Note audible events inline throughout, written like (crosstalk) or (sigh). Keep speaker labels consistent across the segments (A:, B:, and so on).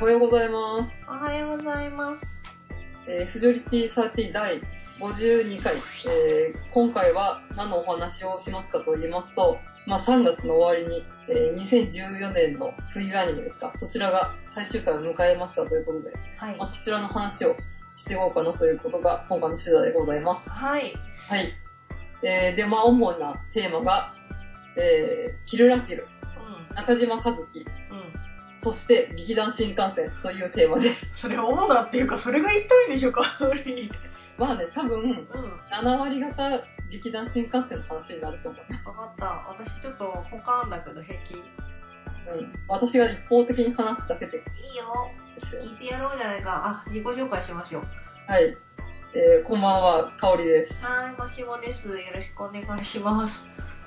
A: おはようございます。
B: おはようございます。
A: えー、フジョリティサーティ第52回、えー今回は何のお話をしますかと言いますと、まあ、3月の終わりに、えー2014年の冬アニメですか、そちらが最終回を迎えましたということで、
B: はい
A: まあ、。そちらの話をしていこうかなということが今回の取材でございます。
B: はい。
A: はい。えーで、まあ、主なテーマが、えーキルラキル、
B: う
A: 中島和樹、
B: ん。うん。
A: そして劇団新幹線というテーマです。
B: それ主なっていうか、それが言いたいんでしょう (laughs) か、うん。
A: まあね、多分、
B: 分
A: 7割方劇団新幹線の話になると思う。
B: かった。私ちょっと他なんだけど平気。い
A: うん。私が一方的に話すだけ
B: い
A: で
B: よ。
A: ですよ。
B: 聞いてやろうじゃないか。あ、自己紹介しましょう。
A: はい。えー、こんばんは、かおりです。
B: はい、マシモです。よろしくお願いします。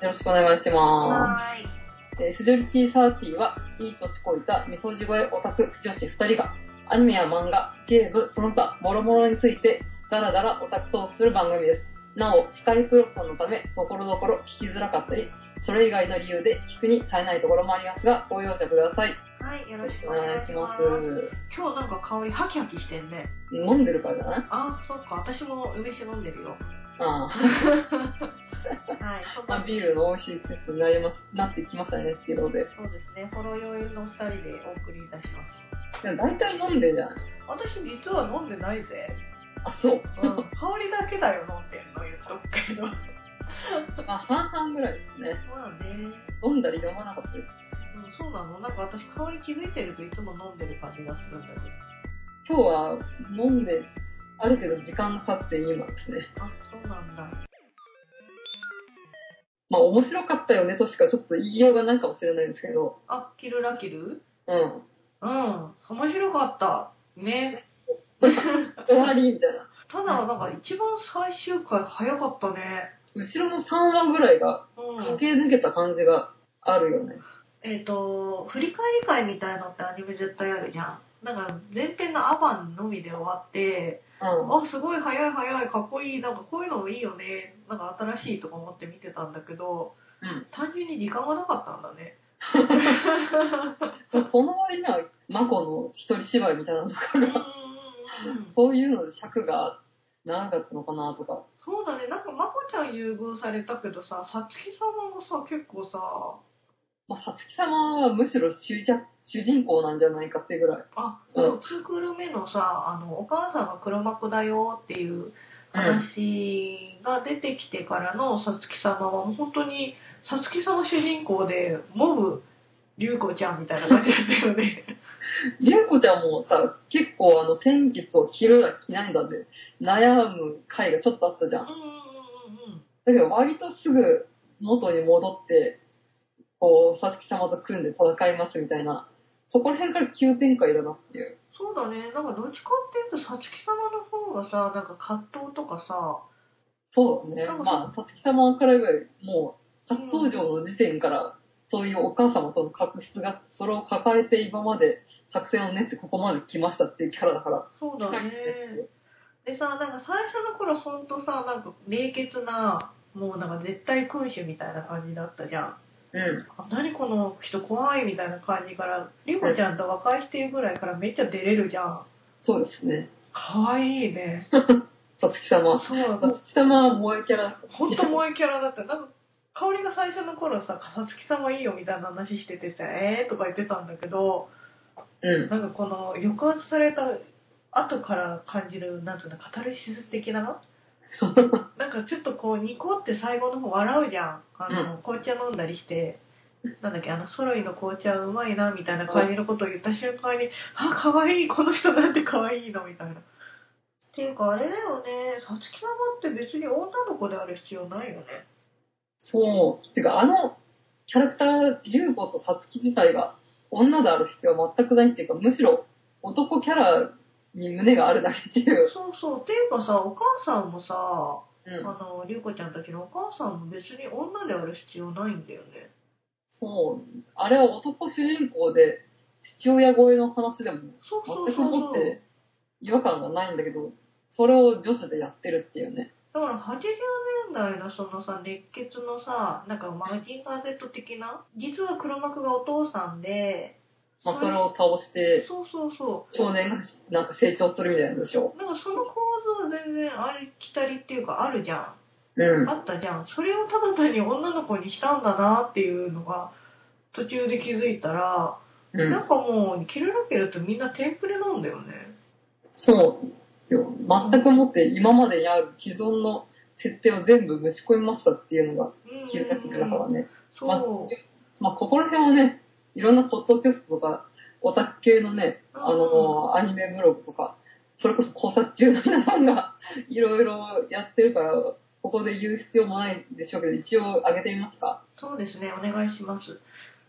A: よろしくお願いしま
B: はい。
A: す。えー、フジョリティサーティは、いい年こいた、みそじ声オタク、不女子二人が、アニメや漫画、ゲーム、その他、もろもろについて、ダラダラオタクトークする番組です。なお、光プロコンのため、ところどころ聞きづらかったり、それ以外の理由で聞くに足りないところもありますが、ご容赦ください。よ
B: はい、よ
A: ろ
B: ろ
A: し
B: し
A: く
B: く
A: お
B: お
A: 願
B: 願
A: い
B: い
A: し
B: し
A: ま
B: ます。
A: す。
B: 今日なんか香りハキハキしてんね。
A: 飲んでるからじゃない
B: あ、そっか。私も梅酒飲んでるよ。
A: ああ。 (laughs)
B: はい、そ
A: まあ、ビールの美味しい季節になりますなってきましたねっていうので。
B: そうですね。ほろ酔いの二人でお送りいたします。
A: でも大体飲んでるじゃない
B: 私実は飲んでないぜ。
A: あ、そう。
B: うん、香りだけだよ飲んでんの言っとくけど
A: まあ、半々ぐらいですね。
B: まあね、
A: 飲んだり飲まなかったです。
B: うん、そうなのなんか私香り気づいてるといつも飲んでる感じがするんだけど
A: 今日は飲んで、ある程度時間が経って今ですね。
B: あそうなんだ
A: まあ、面白かったよねとしかちょっと言いようがないかもしれないですけど。
B: あキルラキル
A: うん。
B: うん面白かったね
A: 終わりみたいな。
B: ただなんか一番最終回早かったね
A: 後ろの3話ぐらいが
B: うん
A: 駆け抜けた感じがあるよね。
B: えっ、と振り返り会みたいのってアニメ絶対あるじゃんなんか前編のアバンのみで終わって
A: うん。
B: あすごい早い早いかっこいいなんかこういうのもいいよねなんか新しいとか思って見てたんだけど、
A: うん
B: 単純に時間がなかったんだね
A: まあその割には、マコの一人芝居みたいなのとか
B: うんう
A: が
B: んうんうん
A: そういうので尺が長かったのかなとか。
B: そうだねなんかまこちゃん優遇されたけどささつき様もさ結構さ
A: まあ、さつき様はむしろ主役主人公なんじゃないかってぐらい。
B: あ
A: うん
B: 2クール目のさあのお母さんが黒幕だよっていう話が出てきてからのさつき様はもう本当にさつき様主人公でモブ龍子ちゃんみたいな感じだったよね
A: りゅうこちゃんもさ、結構あの、先月を着るだ着ないんだで悩む回がちょっとあったじゃん。
B: うんうんうんうん
A: だけど割とすぐ元に戻って、こう、さつき様と組んで戦いますみたいな。そこら辺から急展開だなっていう。
B: そうだねなんかどっちかっていうとさつき様の方がさなんか葛藤とかさ
A: そうだね。まあ、さつき様からぐらい、もう、初登場の時点から、そういうお母様との確執が、それを抱えて今まで作戦を練ってここまで来ましたっていうキャラだから。
B: そうだねでさなんか最初の頃ほんとさなんか冷血なもうなんか絶対君主みたいな感じだったじゃん
A: うん。
B: あ何この人怖いみたいな感じからりこちゃんと和解してるぐらいからめっちゃ出れるじゃん
A: そうですね。
B: かわいいね
A: さつき様。
B: そうなん
A: さ
B: か
A: つき様は萌えキャラ。
B: ほんと萌えキャラだったなんか香りが最初の頃さ「さつき様いいよ」みたいな話しててさ「えー?」とか言ってたんだけど
A: うん。
B: なんかこの抑圧された後から感じるなんていうのカタルシス的 (laughs) ななんかちょっとこうニコって最後の方笑うじゃんあの、紅茶飲んだりしてなんだっけあのソロイの紅茶うまいなみたいな感じのことを言った瞬 (laughs) 間に「あ可愛いこの人なんて可愛いの」みたいな。っていうかあれだよねさつき様って別に女の子である必要ないよね。
A: そう。てか、あの、キャラクター、竜子とさつき自体が、女である必要は全くないっていうか、むしろ、男キャラに胸があるだけっていう。
B: そうそうっていうかさお母さんもさ
A: うん。
B: あの、りゅうこちゃんたちのお母さんも別に女である必要ないんだよね。
A: そう。あれは男主人公で、父親超えの話でも、
B: そうそう
A: 全く
B: そう
A: も
B: そ
A: っ
B: う。
A: て違和感がないんだけど、それを女子でやってるっていうね。
B: だから80年代のそのさ、熱血のさ、なんかマガジンガーゼット的な、実は黒幕がお父さんで、
A: まあ、
B: そ
A: そ
B: れ
A: れを倒して、
B: そうそうそ
A: 少年がなんか成長するみたいなんでしょ
B: う。なんかその構造全然ありきたりっていうかあるじゃ
A: う。うん
B: ん。。あったじゃん。それをただ単に女の子にしたんだなっていうのが、途中で気づいたら、
A: う
B: なん
A: ん。
B: かもう、キルラキルってみんなテンプレなんだよね。
A: そうよ。全くもって今までにある既存の設定を全部ぶち込みましたっていうのが
B: うん
A: キルタキックだからね。
B: そう。
A: まあ、ここら辺はね、いろんなポッドキャストとか、オタク系のね、あ
B: うん
A: の、アニメブログとか、それこそ考察中の皆さんがいろいろやってるから、ここで言う必要もないんでしょうけど、一応上げてみますか。
B: そうですね、お願いします。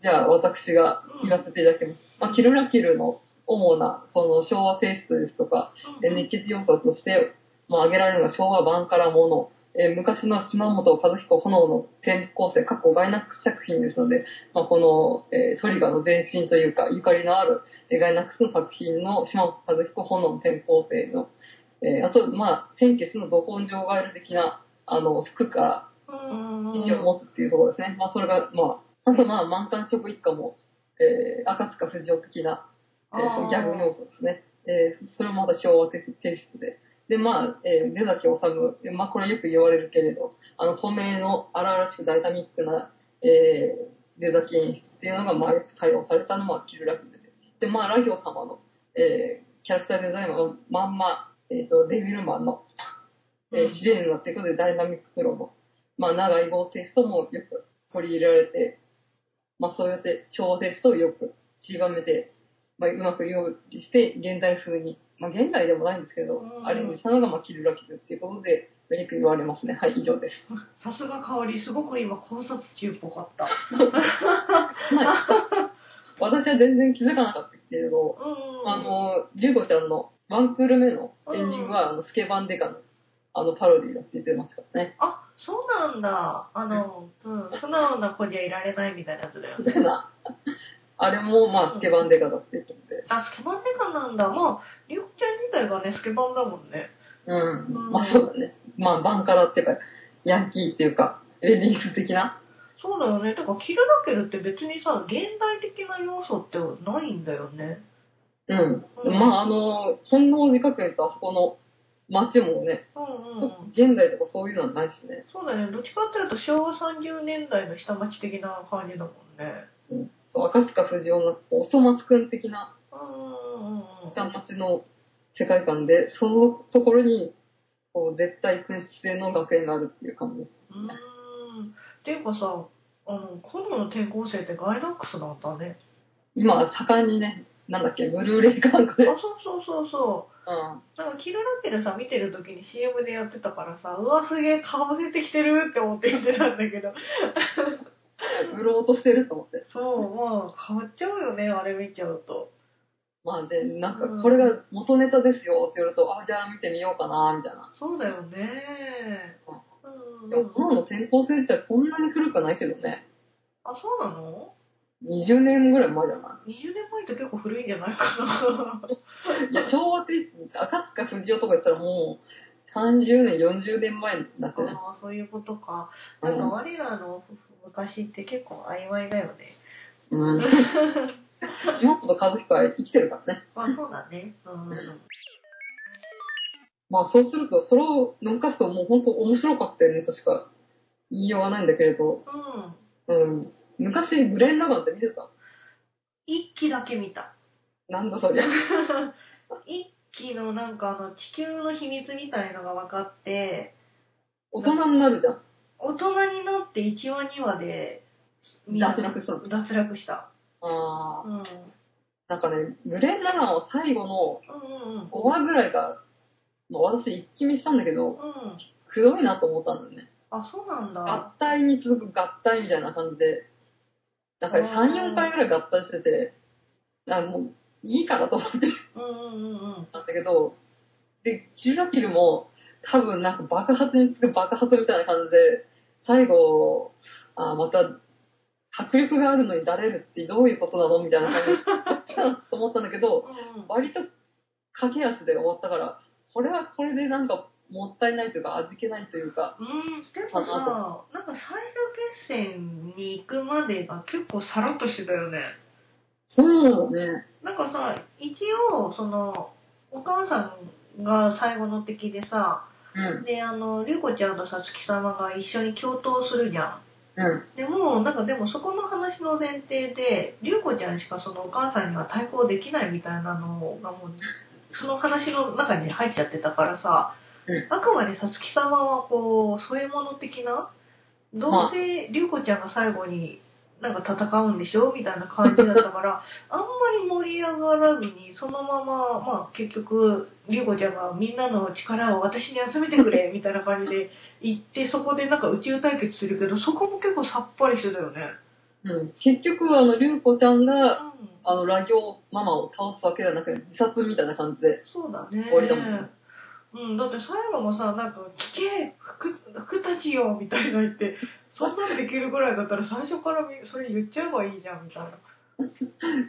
A: じゃあ、私が言わせていただきます。まあ、キルラキルの主な、その昭和性質ですとか、え熱血要素として、まあ、挙げられるのが昭和版からもの、えー昔の島本和彦炎の展示構成、過去ガイナックス作品ですので、まあ、この、えートリガーの前身というか、ゆかりのある、えーガイナックスの作品の島本和彦炎の展示構成の、えーあと、まあ、先月の土根上ガエル的な、あの、服から、
B: うんうんうん
A: 意思を持つっていうところですね。まあ、それが、まあ、あと、まあ、満館食一家も、えー、赤塚不二夫的な、えー
B: あー
A: ギャグ要素ですね。えー、それもまた昭和的テイストで。で、まあ、えー、出崎治、まあ、これよく言われるけれど、あの、透明の荒々しくダイナミックな、えー、出崎演出っていうのが、まあ、よく対応されたのはキルラクで。で、まあ、ラ行様の、えー、キャラクターデザインはまんま、えっ、と、デビルマンの、えー、シレーヌだっていうことでダイナミックプロの、まあ、長い棒テストもよく取り入れられて、まあ、そうやって昭和テストをよく散りばめて、まあ、うまく料理して現代風に、まあ、現代でもないんですけど、
B: うん
A: アレンジしたのが、まあ、キルラキルっていうことで、よく言われますね。はい、以上です。
B: さすが香り、すごく今考察中っぽかった。
A: 私は全然気づかなかったけれど、
B: うん
A: あの、リュウゴちゃんのワンクール目のエンディングは、あのスケバンデカの、あの、パロディーだって言ってましたからね。 (laughs)
B: あ、そうなんだ。あの、うん、素直な子にはいられないみたいなやつだよ
A: みた
B: ね。
A: いな。あれも、まあ、スケバンデカだっていうことで。
B: あ、スケバンデカなんだ。まあ、りゅうこちゃん自体がね、スケバンだもんね。
A: うん。まあそうだね。まあ、バンカラっていうか、ヤンキーっていうか、レディース的な。
B: そうだよね。てか、キルラケルって別にさ、現代的な要素ってないんだよね。
A: うん。
B: うん
A: まあ、あの、本能寺学園とあそこの街もね、
B: うんうんうん。
A: 現代とかそういうのはないしね。
B: そうだね。どっちかっていうと、昭和30年代の下町的な感じだもんね。
A: うん。そう、赤塚不二夫のおそ松くん的な
B: うんうんうんうん。
A: 下町の世界観で、そのところに、こう、絶対君主制の学園があるっていう感じです。
B: うーんっていうかさあの今度の転校生ってガイナックスなんだね
A: 今、盛んにね、なんだっけ、ブルーレイかなんかで。
B: あ
A: う
B: そうそうそうそ
A: ん。
B: うなんかキルラケルさ見てる時に CM でやってたからさうわすげえ顔出てきてるって思って見てたんだけど
A: 売ろうとしてると思って。
B: そうまあ変わっちゃうよねあれ見ちゃうと
A: まあで、なん
B: うん
A: か、これが元ネタですよって言われると、あ、じゃあ見てみようかな、みたいな。
B: そうだよねうん
A: でも、
B: うん
A: 今の転校生自体そんなに古くないけどね。
B: あそうなの
A: 20年ぐらい前じゃな
B: 20年前って結構古いんじゃないかな
A: いいや、昭和テイスト、赤塚不二夫とか言ったらもう、30年、40年前になっ
B: あ
A: て
B: (laughs)
A: ない。
B: ーそういうことか
A: う
B: なんか
A: ん。
B: 我らの昔って結構曖昧だよね
A: うん。島本和彦は生きてるからね。
B: まあそうだねうん
A: まあそうすると、それを抜かすともう本当面白かったよね、としか言いようがないんだけれど。
B: うん。
A: うん。昔、グレン・ラガンって見てた
B: 一期だけ見た。
A: なんだそりゃ。
B: 一期のなんかあの地球の秘密みたいのが分かって、
A: 大人になるじゃん。
B: 大人になって1話2話で、
A: 脱落したの。
B: 脱落した。
A: あ
B: うん。うん
A: あ、なんかね、グレン・ラガンは最後の
B: うんうん。
A: 5話ぐらいが、まあ、私一気見したんだけど、
B: うん。
A: くどいなと思ったんだよね。
B: あ、そうなんだ。
A: 合体に続く合体みたいな感じで、なんか
B: あー
A: 3、4回ぐらい合体してて、なんかもういいからと思って
B: うんうんうんうん。
A: たんだけど、で、キルラキルも多分なんか爆発に次ぐ爆発みたいな感じで、最後、あーまた迫力があるのにだれるってどういうことなのみたいな感 (laughs) じだったと思ったんだけど、
B: うんうん
A: 割と駆け足で終わったから、これはこれでなんかもったいないというか味気ないというか
B: うんでもさなんか最終決戦に行くまでが結構さらっとしてたよね
A: そうだね
B: なんかさ一応そのお母さんが最後の敵でさ
A: うん
B: であのリュウコちゃんとさつき様が一緒に共闘するじゃん
A: うん
B: でもなんかでもそこの話の前提でリュウコちゃんしかそのお母さんには対抗できないみたいなのがもうその話の中に入っちゃってたからさ、
A: うん
B: あくまでさつき様はこう添え物的などうせリュウコちゃんが最後になんか戦うんでしょみたいな感じだったからあんまり盛り上がらずにそのまま、まあ、結局リュウコちゃんがみんなの力を私に集めてくれみたいな感じで行ってそこでなんか宇宙対決するけどそこも結構さっぱりしてたよね。
A: うん結局あのリュウコちゃんが
B: うん
A: あのラ行ママを倒すわけではなく自殺みたいな感じで
B: そうだね。
A: 終わりだもんね
B: うん、だって最後もさ、なんか、聞け、服、服たちよ、みたいな言って、そんなのできるぐらいだったら最初からみそれ言っちゃえばいいじゃん、みたい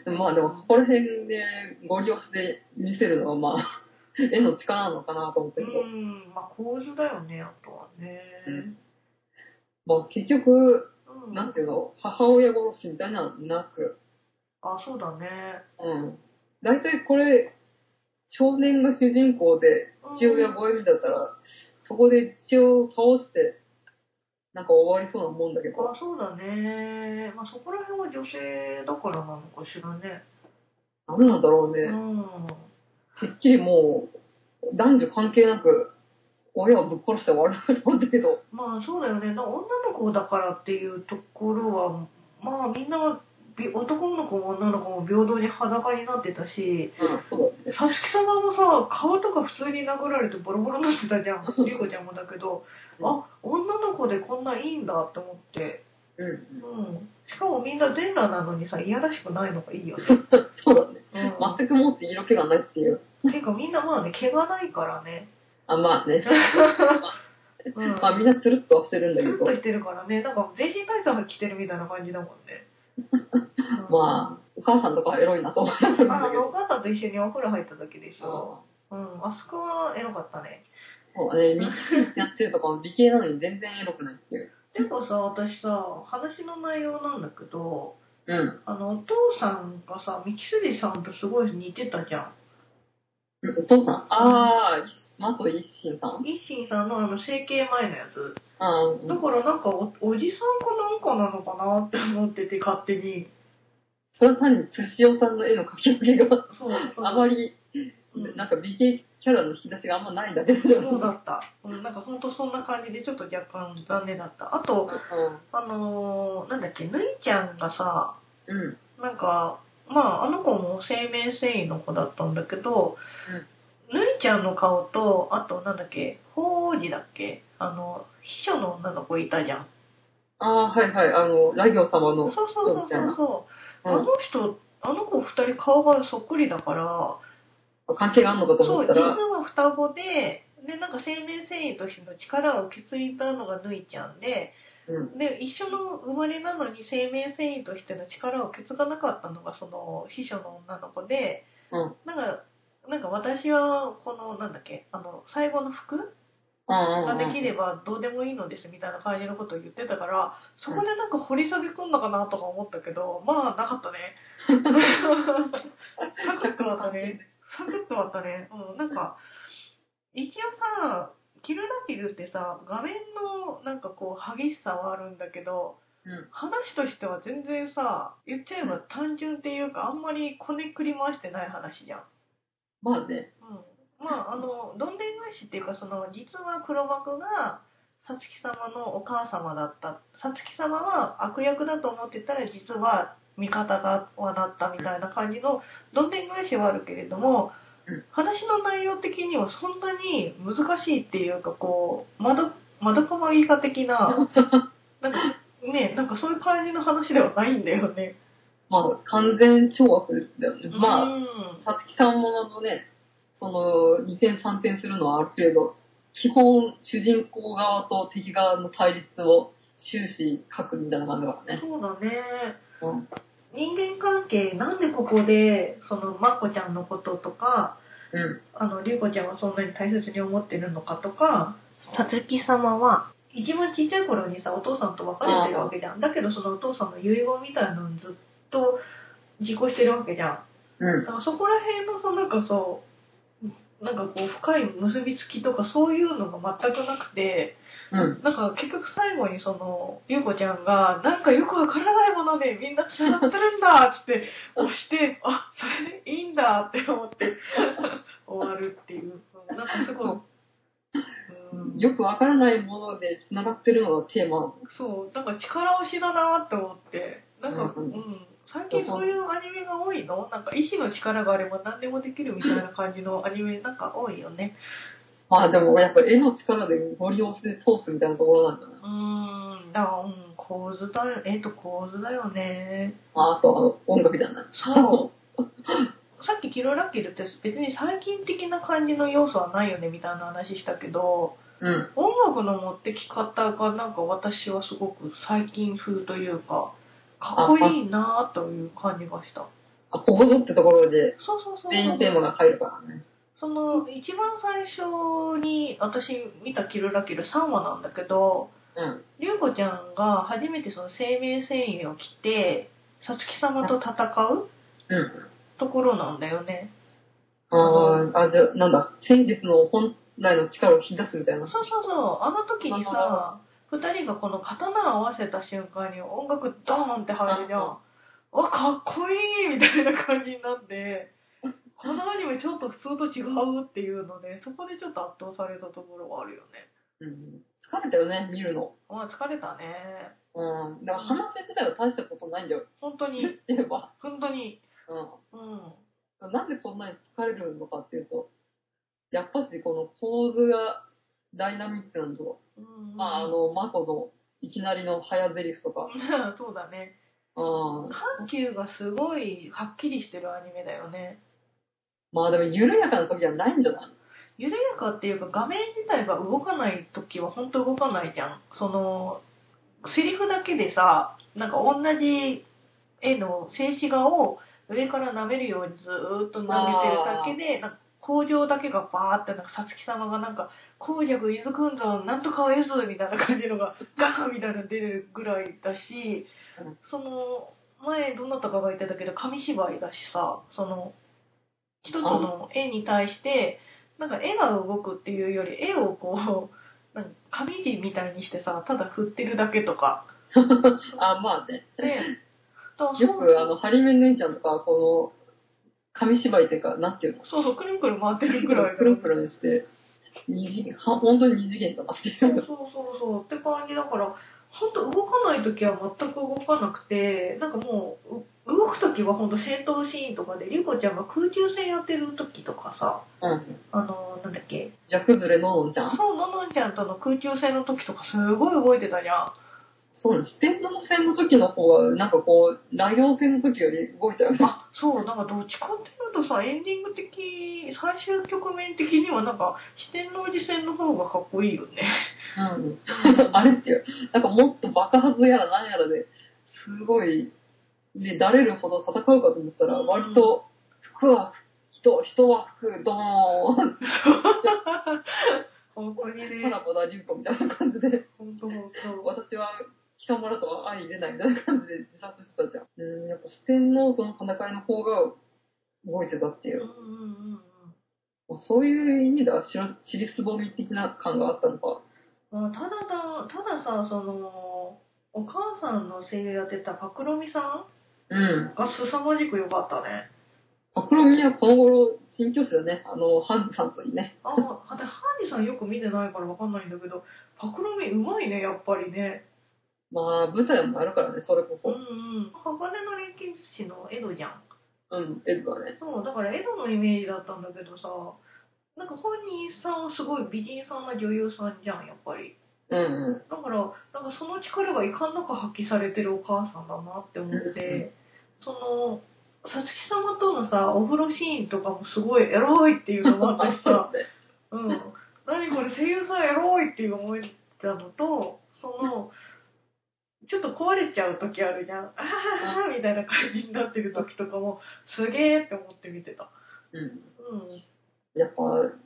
B: な。
A: まあでもそこら辺でご利用して見せるのはまあ (laughs) 絵の力なのかなと思って
B: う
A: るけど、
B: ん、まあ構図だよね、あとはね。
A: うんまあ結局
B: うん。
A: なんていうの母親殺しみたいなのはなく、
B: あ、そうだね。
A: うん、大体これ少年が主人公で父親
B: うん
A: 超えみたいだったら、そこで父親を倒してなんか終わりそうなもんだけど
B: あ、そうだね。まあそこら辺は女性だからなのかしらね。
A: 何なんだろうね、
B: うん。
A: てっきりもう男女関係なく親をぶっ殺して終わるなと思ったけど
B: まあそうだよね。な女の子だからっていうところは、まあみんなび男の子も女の子も平等に裸になってたし、
A: うんそうだね
B: さつき様もさ、顔とか普通に殴られてボロボロになってたじゃん。
A: (laughs)
B: りゅうこちゃんもだけど、あ、女の子でこんないいんだって思って。
A: うん
B: うん。しかもみんな全裸なのにさ、いやらしくないのがい
A: (laughs)
B: いよね。
A: そうだね
B: う
A: 全くもって色気がないっていう。
B: ん。てかみんなまあね、毛がないからね。
A: あ、まあね。
B: うん。
A: (laughs) まあみんなつるっとはしてるんだ
B: ツ
A: け
B: ルッ
A: ど
B: と。してるからね。なんか全身タイツは着てるみたいな感じだもんね。うん
A: (laughs) まあ、お母さんとかはエロいなと思ってるん
B: あ
A: だけど。
B: の、お母さんと一緒にお風呂入った時でしょ。
A: あ
B: うん、あそこはエロかったね。
A: そうだね。ミキやってるとかも美形なのに全然エロくないっていう。
B: でもさ、私さ、話の内容なんだけど、
A: うん。
B: あの、お父さんがさ、ミキスリさんとすごい似てたじゃ
A: うんお父さん。あー、マト一心さん。
B: ん。一心さんのあの、整形前のやつ。
A: あーう
B: だ
A: ん。
B: からなんかお、おじさんかなんかなのかなって思ってて、勝手に。
A: それは単につしおさんの絵の描き分けが
B: そう、そう。
A: あまり、
B: うん
A: なんか美形キャラの引き出しがあんまないだけじゃん。
B: そうだった。うん、なんかほんとそんな感じで、ちょっと若干残念だった。あと、あのー、なんだっけ、ぬいちゃんがさ、
A: うん。うん。
B: なんか、まあ、あの子も生命繊維の子だったんだけど、ぬいちゃんの顔と、あと、なんだっけ、法王子だっけあの、秘書の女の子いたじゃん。
A: あー、はいはい。あの、ラ行様
B: そ
A: の
B: うそうそう
A: 人
B: そう
A: みたいな。
B: そう。あの人、あの子二人顔がそっくりだから、
A: 関係があんのかと
B: そ
A: 思
B: う、
A: った
B: 実
A: ら、
B: は双子で、で、なんか生命繊維としての力を受け継いだのがぬいちゃんで、
A: うん。
B: で、一緒の生まれなのに生命繊維としての力を受け継がなかったのがその秘書の女の子で、
A: うん
B: なんか、なんか私はこの、なんだっけ、あの、最後の服
A: あ
B: が
A: あ
B: できればどうでもいいのですみたいな感じのことを言ってたから、そこでなんか掘り下げくんのかなとか思ったけ
A: (laughs)
B: ど、まあなかったね。サクッと終わったね。サクッと終わったね。うん、なんか、一応さ、キルラキルってさ、画面のなんかこう激しさはあるんだけど、
A: うん
B: 話としては全然さ、言っちゃえば単純っていうか、あんまりこねくり回してない話じゃん。
A: まあね。
B: うん、まああのどんでん返しっていうかその実は黒幕がさつき様のお母様だったさつき様は悪役だと思ってたら実は味方がはなったみたいな感じのどんでん返しはあるけれども
A: うん
B: 話の内容的にはそんなに難しいっていうかこうまどまどかまぎか的
A: (laughs)
B: ななんかねなんかそういう感じの話ではないんだよね。
A: まあ、完全懲悪だよね。ま
B: うん
A: あ、さつきさんものね、その、2点3点するのはある程度、基本、主人公側と敵側の対立を終始書くみたいな感じだからね。
B: そうだね。
A: うん
B: 人間関係なんでここでそのまこちゃんのこととか、
A: うん。
B: あの、りゅうこちゃんはそんなに大切に思ってるのかとか、さつき様は、一番小さい頃にさ、お父さんと別れてるわけじゃん。だけどそのお父さんの遺言みたいなのずっと実行してるわけじゃん。
A: うん
B: だ。からそこら辺のさ、なんかそう、なんかこう、深い結びつきとかそういうのが全くなくて、
A: うん。
B: なんか結局最後にその、ゆうこちゃんが、なんかよくわからないものでみんな繋がってるんだっつ
A: (laughs)
B: って押して、あ、それでいいんだって思って (laughs) 終わるっていう。なんかすごい、うん、
A: よくわからないもので繋がってるのがテーマなの
B: そう、なんか力押しだなって思って、なんか、う
A: うん
B: ん、最近そういうアニメが多いのなんか意志の力があれば何でもできるみたいな感じのアニメなんか多いよね。
A: まあでもやっぱ絵の力でゴリ押しで通すみたいなところなんだ
B: う
A: な。
B: ーん、あうん、構図だよ、えっと構図だよね。
A: ああとあの音楽じゃない。
B: そう。さっきキロラッキーだって別に最近的な感じの要素はないよねみたいな話したけど、
A: うん。
B: 音楽の持ってき方がなんか私はすごく最近風というか、かっこいいなという感じがした。
A: あ、ここぞってところで
B: そうそうそう。
A: メインテーマが入るからね。
B: その一番最初に私見た「キルラキル」3話なんだけど
A: うん。
B: りゅうこちゃんが初めてその生命繊維を着てさつき様と戦う
A: うん。
B: ところなんだよね
A: あーあ、じゃあなんだ、先月の本来の力を引き出すみたいな。
B: そうそうそうあの時に
A: なるほ
B: さ2人がこの刀を合わせた瞬間に音楽ドーンって入るじゃん
A: うん
B: わかっこいいみたいな感じになってこのアニメちょっと普通と違うっていうのでそこでちょっと圧倒されたところはあるよね
A: うん。疲れたよね、見るの。
B: まあ疲れたね
A: うん。だから話自体は大したことないんだよ。
B: 本当
A: 言っ
B: に、
A: てれば。
B: 本当に、
A: うん。
B: うん。
A: なんでこんなに疲れるのかっていうと、やっぱしこの構図がダイナミックなんですよ。
B: うん、
A: まあ、あ、の、マコのいきなりの早台詞とか、
B: (laughs) そうだね。
A: うん。
B: 緩急がすごいはっきりしてるアニメだよね。
A: まあでも緩やかな時じゃないんじゃない
B: 緩やかっていうか画面自体が動かない時は本当動かないじゃん。その、セリフだけでさ、なんか同じ絵の静止画を上から舐めるようにずーっと舐めてるだけで、なんか工場だけがバーってなんかさつき様がなんか「紅白伊豆くんだなんとかを得ず」みたいな感じのがガーンみたいなの出るぐらいだし、
A: うん
B: その前どなたかが言ってたけど紙芝居だしさその一つの絵に対してなんか絵が動くっていうより絵をこう (laughs) なんか紙地みたいにしてさただ振ってるだけとか。
A: あ、まあね。 (laughs)
B: でだからそう
A: よくあの、ハリメン姉ちゃんとか、この、紙芝居っていうか、なんていうの
B: そうそうくるんくるん回ってる
A: く
B: ぐらい
A: る
B: の
A: くるくるにして、二次元、は本当に二次元だなってい
B: そう
A: う。
B: そうそうって感じだから本当動かない時は全く動かなくてなんかもうう動く時は本当戦闘シーンとかでリュウコちゃんが空中戦やってる時とかさ
A: うん。
B: あのなんだっけ
A: じゃ崩れののんちゃん。
B: そうののんちゃんとの空中戦の時とかすごい動いてたじゃん
A: そうね、四天王戦の時の方が、なんかこう、ラ行戦の時より動いたよね。
B: あそうなんかどっちかっていうとさエンディング的最終局面的にはなんか四天王寺戦の方がかっこいいよね
A: うん。あれっていう、なんかもっと爆発やらなんやらで、すごい、ね、だれるほど戦うかと思ったら、
B: うん
A: 割と、服は人、人は服、ドーン、
B: 本当に
A: さ
B: ね
A: らばだ、リュウコみたいな感じで、
B: 本当本当
A: 私は貴様らとは相入れないみたいな感じで自殺してたじゃん。うん、やっぱ四天王との戦いの方が動いてたっていうう。
B: んうんうんうん
A: もうそういう意味では、しら尻すぼみ的な感があったのか。
B: まあ、ただだたださそのお母さんの声優やってたパクロミさ
A: うん。
B: んが凄まじく良かったね
A: パクロミはこの頃、新教師だね。あの、ハンズさんといいね。
B: ああハンジさんよく見てないから分かんないんだけどパクロミうまいねやっぱりね
A: まあ、舞台もあるからね、それこ
B: うん
A: そ。
B: うん鋼の錬金術師のエドじゃん
A: うん、エドだね。
B: そうだからエドのイメージだったんだけどさなんか本人さんはすごい美人さんな女優さんじゃんやっぱり
A: うんうん。
B: だからなんかその力が遺憾なく発揮されてるお母さんだなって思って、そのさつき様とのさお風呂シーンとかもすごいエロいっていうのもあったしさ
A: あ、ね。
B: うん、何これ声優さんエロいっていう思いたのとそのちょっと壊れちゃう時あるじゃんあはははみたいな感じになってる時とかもすげえって思って見てた。
A: うん。
B: うん
A: やっぱ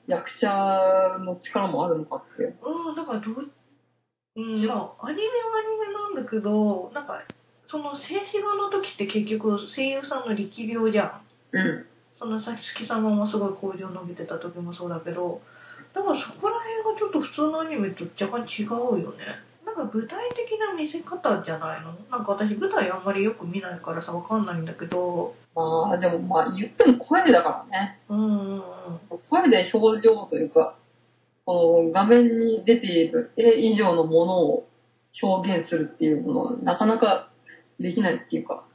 A: 役者の力もあるのかって。
B: うん、だからどう、うん、まあ、アニメはアニメなんだけど、なんか、その静止画の時って結局声優さんの力量じゃん。
A: うん。
B: そのさき様もすごい向上伸びてた時もそうだけど、だからそこら辺がちょっと普通のアニメと若干違うよね。なんか具体的な見せ方じゃないのなんか私舞台あんまりよく見ないからさ、わかんないんだけど、
A: まあ、でもまあ言っても声だからね。
B: うんうんうん。
A: 声で表情というか、この画面に出ている絵以上のものを表現するっていうものはなかなかできないっていうか。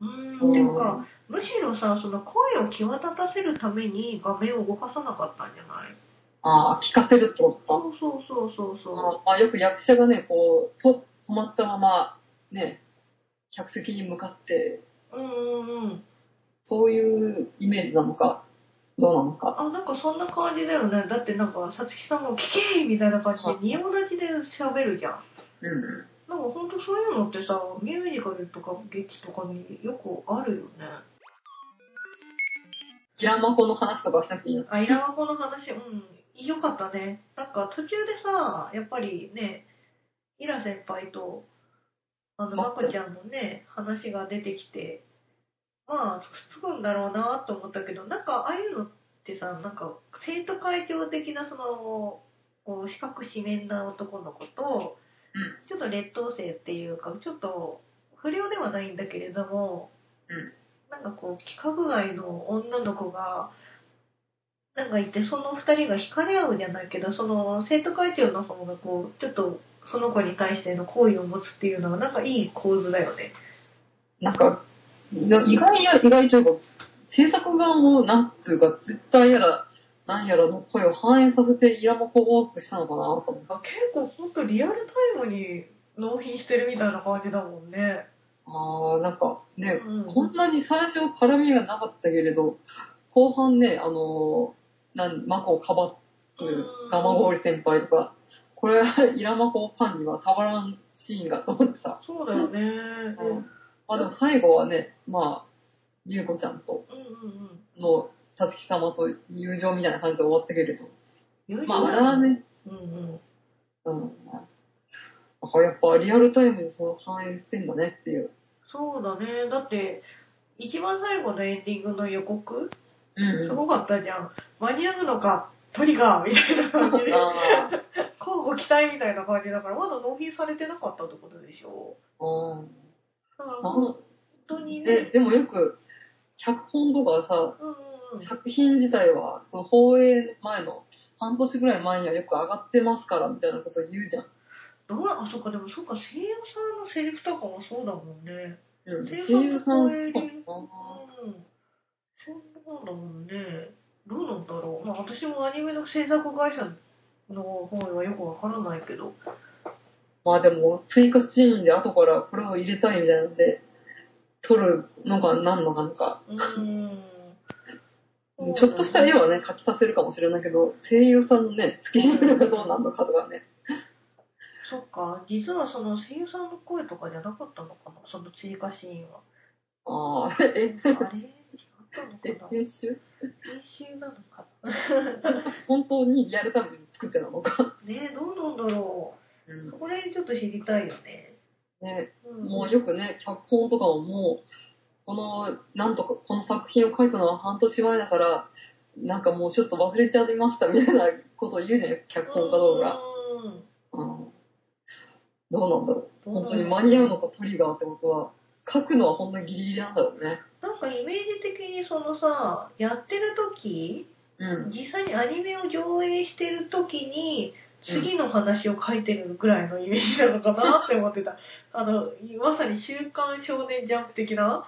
B: うん、ていうか、むしろさ、その声を際立たせるために画面を動かさなかったんじゃない
A: ああ、聞かせるってことか。
B: そうそうそうそうそ
A: まあ、よく役者がね、こう、と止まったまま、ね、客席に向かって、
B: う。うんうんうん。
A: そういうイメージなのか、どうなのか。
B: あ、なんかそんな感じだよね。だってなんか、さつきさんも聞けみたいな感
A: はい
B: じで、仁王立ちで喋るじゃん。
A: うん。
B: なんかほんとそういうのってさ、ミュージカルとか劇とかによくあるよね。
A: キラマコの話とかはしなくていいの
B: あ、イラマコの話、うん、よかったね。なんか途中でさ、やっぱりね、イラ先輩と、あの、
A: マ
B: ま
A: コ
B: こちゃんのね、話が出てきて、まあ、つくつくんだろうなと思ったけど、なんかああいうのってさ、なんか生徒会長的なその、こう、四角四面な男の子と、ちょっと劣等生っていうか、ちょっと不良ではないんだけれども、
A: うん
B: なんかこう、規格外の女の子が、なんかいて、その二人が惹かれ合うじゃないけど、その生徒会長の方がこう、ちょっとその子に対しての好意を持つっていうのは、なんかいい構図だよね。
A: なんか、な意外や意外というか、制作側もなんというか、ツイッターやら、なんやらの声を反映させて、イラマコを多くしたのかなと思って。
B: あ結構ほんとリアルタイムに納品してるみたいな感じだもんね。
A: あー、なんかね、
B: うん
A: こんなに最初絡みがなかったけれど、後半ね、あのー、なんマコをかばっ
B: うん
A: ガマゴリ先輩とか、これはイラマコファンにはたまらんシーンがと思ってさ。
B: そうだよね。うんうん
A: まあでも最後はね、まあ、ゆうこちゃんと
B: うん。
A: の、さつき様と友情みたいな感じで終わったけれど、
B: より
A: まああれはね、
B: うんうん。
A: うん。なんかやっぱリアルタイムにその反映してんだねっていう。
B: そうだね。だって、一番最後のエンディングの予告
A: うん
B: すごかったじゃん。間に合うのか、トリガーみたいな感じで。 (laughs)
A: あー
B: 交互期待みたいな感じだから、まだ納品されてなかったってことでしょ。
A: うん
B: だから
A: あ
B: 本
A: の
B: 当に
A: え
B: ね。
A: でもよく、脚本とかは
B: うんうんうん
A: さ、。作品自体は、その放映前の半年ぐらい前にはよく上がってますからみたいなこと言うじゃん。
B: どうあ、そっか、でもそっか、声優さんのセリフとかもそうだもんね。
A: うん、
B: 声
A: 声優
B: 優
A: さ
B: さ
A: ん
B: ん
A: とかも
B: うん。そんなんだもんね。どうなんだろう。まあ私もアニメの制作会社の方はよくわからないけど。
A: な。まあでも、追加シーンで後からこれを入れたいみたいなので、撮るのが何のかなんか、
B: うーん。
A: ちょっとした絵はね、書き足せるかもしれないけど、声優さんのね、付き人がどうなんのかとかね。
B: そっか、実はその声優さんの声とかじゃなかったのかな、その追加シーンは。
A: ああ、え、
B: あれ違ったの
A: え
B: かな
A: 編集
B: 編集なのか
A: 本当にリアルタイムに作ってたのか。
B: な。ねえ、どうなんだろ
A: う
B: う。
A: ん
B: そこら辺ちょっと知りたいよね。
A: ね、
B: うん、
A: もうよくね、脚本とかももう、この、なんとか、この作品を書いたのは半年前だから、なんかもうちょっと忘れちゃいましたみたいなことを言うじゃん、脚本家動画。
B: うーん
A: うんどうなんだろう。本当に間に合うのかトリガーってことは、書くのは本当にギリギリなんだろうね。
B: なんかイメージ的にそのさやってる時
A: うん。
B: 実際にアニメを上映してる時に次の話を書いてるぐらいのイメージなのかなって思ってたあのまさに「週刊少年ジャンプ」的な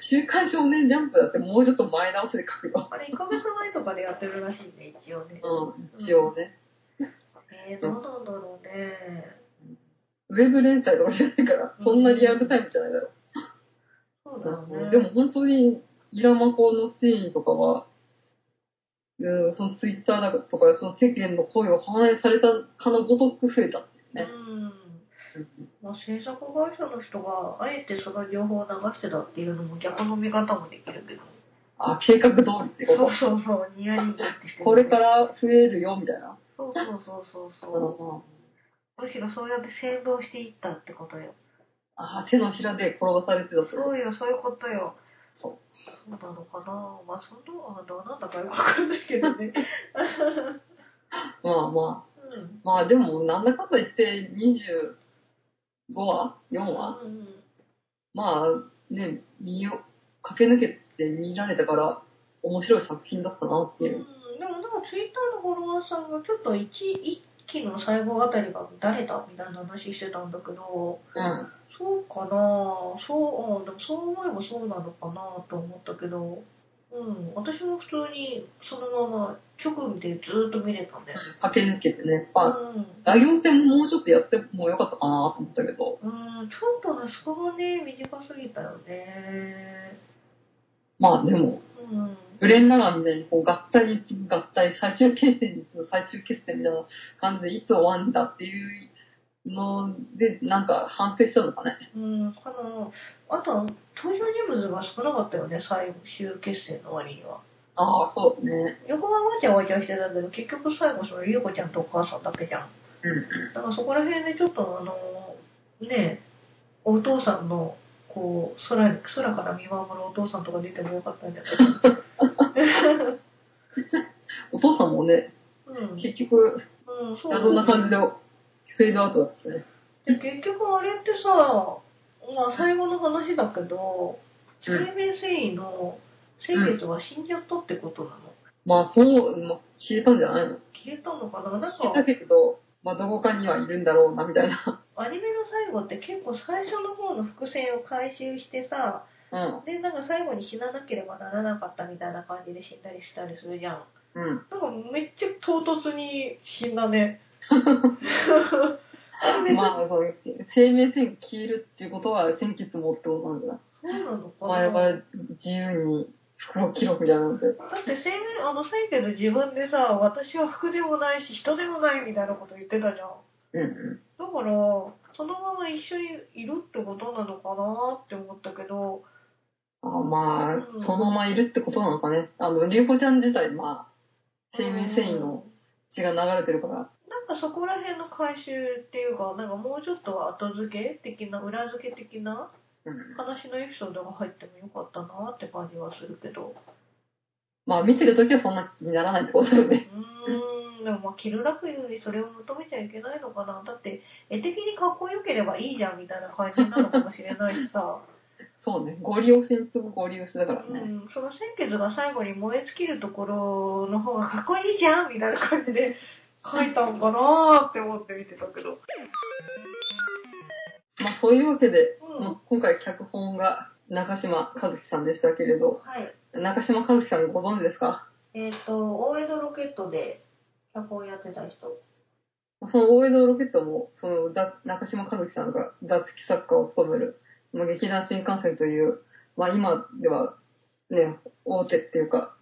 A: 週刊少年ジャンプだってもうちょっと前倒しで書くよ。
B: あれ1ヶ月前とかでやってるらしいね一応ね
A: うん、一応ね。
B: えー、どうなんだろうね
A: ウェブ連載とかじゃないから、そんなリアルタイムじゃないだろ
B: そう
A: う。
B: だよね
A: でも本当に、イラマコのシーンとかは、うん、そのツイッターとか、その世間の声を反映されたかのごとく増えたっていう
B: う
A: ね。
B: んまあ、制作会社の人があえてその情報を流してたっていうのも逆の見方もできるけど
A: あ、計画通りってこ
B: そ
A: と
B: うそうそう、ニヤリングってしてる
A: これから増えるよ、みたいな。
B: そうそうそうそう
A: う
B: そ
A: んうん
B: う。むしろそうやって先導していったってことよ。
A: あ、手のひらで転がされてたってこと
B: そうよ、そういうことよ。
A: そう
B: そうなのかなまあ、そんなのはどうなんだかよくわかんないけどね。
A: ま
B: う
A: あま
B: ん。
A: あ。まあでも、なんだかんだ言って、25話 ?4 話
B: うんうん
A: まあ、ね、見よ、駆け抜けて見られたから、面白い作品だったなって
B: うん、で
A: いう。
B: もなんかツイッターのフォロワーさんがちょっと一一期の最後あたりが誰だみたいな話してたんだけど
A: うん。
B: そうかなそううんでもそう思えばそうなのかなと思ったけどうん私も普通にそのまま直でずっと見れたんだよね
A: 駆け抜けてね。
B: う
A: まあ、
B: ん
A: ラ行戦もうちょっとやってもよかったかなと思ったけど、
B: うん、ちょっとあそこがね短すぎたよね
A: まあでも、
B: うん
A: ブレンラガンみたいにこう合体に次ぐ合体、最終決戦に次ぐ最終決戦みたいな感じでいつ終わるんだっていうので、なんか反省したのかね。
B: うん、かなあとは登場人物が少なかったよね最終決戦の割には
A: ああ、そうだね。
B: 横はわちゃわちゃしてたけど結局最後そのゆうこちゃんとお母さんだけじゃん
A: うんうん。
B: だからそこら辺でちょっとあのねえお父さんのこう空に空から見守るお父さんとか出てもよかったんじゃないかな
A: お父さんもね、
B: うん、うん、
A: 結局、
B: そう
A: そんな感じでフェードアウトだったしね。
B: で結局あれってさまあ最後の話だけど
A: うん
B: 生命繊維の先月は死んじゃったってことなの、
A: まあそう、まあ、消えたんじゃないの
B: 消えたのかななん
A: 消
B: か
A: えたけど、まあどこかにはいるんだろうな、みたいな。
B: アニメの最後って結構最初の方の伏線を回収してさ
A: うん。
B: でなんか最後に死ななければならなかったみたいな感じで死んだりしたりするじゃん
A: うん。
B: なんかめっちゃ唐突に死んだ
A: (laughs)
B: ねあ (laughs) れ
A: まあ、そう、生命線消えるっていうことは、先月もってことなんだな。
B: そうなのか
A: 前
B: な
A: は自由に服を着ろみたいなので。
B: だって先あの先月自分でさ私は服でもないし人でもないみたいなこと言ってたじゃん
A: うんうん。
B: だからそのまま一緒にいるってことなのかなって思ったけど
A: あまあ、
B: うん
A: そのままいるってことなのかね。あの、リュウコちゃん自体、まあ、生命繊維の血が流れてるから、
B: なんかそこら辺の回収っていうかなんかもうちょっと後付け的な裏付け的な
A: うん。
B: 話のエピソードが入ってもよかったなって感じはするけど
A: まあ、見てるときはそんな気にならないってことだよね。 (laughs)
B: うーんでもまあキルラクユにそれを求めちゃいけないのかなだって絵的にかっこよければいいじゃんみたいな感じなのかもしれないしさ、
A: そうね。ゴリ押しに次ぐゴリ押しだから
B: う
A: ね。
B: ん、その先月が最後に燃え尽きるところの方がかっこいいじゃんみたいな感じで書いたのかなって思って見てたけど、
A: まあ、そういうわけで、
B: うん
A: まあ今回脚本が中島和樹さんでしたけれど、
B: はい
A: 中島和樹さんご存知ですか
B: えっ、と大江戸ロケットで脚本やってた人
A: その大江戸ロケットも、そのざ中島和樹さんが座付き作家を務める、まあ、劇団新幹線という、まあ今ではね、大手っていうか、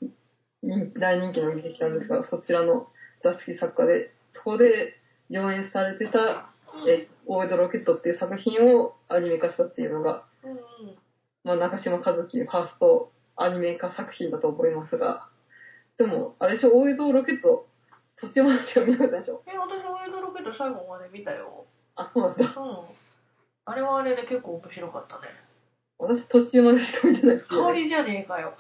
A: 人大人気の劇団ですが、そちらの座付き作家で、そこで上演されてた、え大江戸ロケットっていう作品をアニメ化したっていうのが、
B: うんうん
A: まあ、中島和樹ファーストアニメ化作品だと思いますが、でも、あれでしょ、大江戸ロケット、途中までしか見なかったでしょ。
B: え私大江戸ロケット最後まで見たよ
A: あ、そうなんだ。
B: うんあれはあれで結構面白かったね
A: 私途中までしか見てないですけど、
B: 香りじゃねえかよ。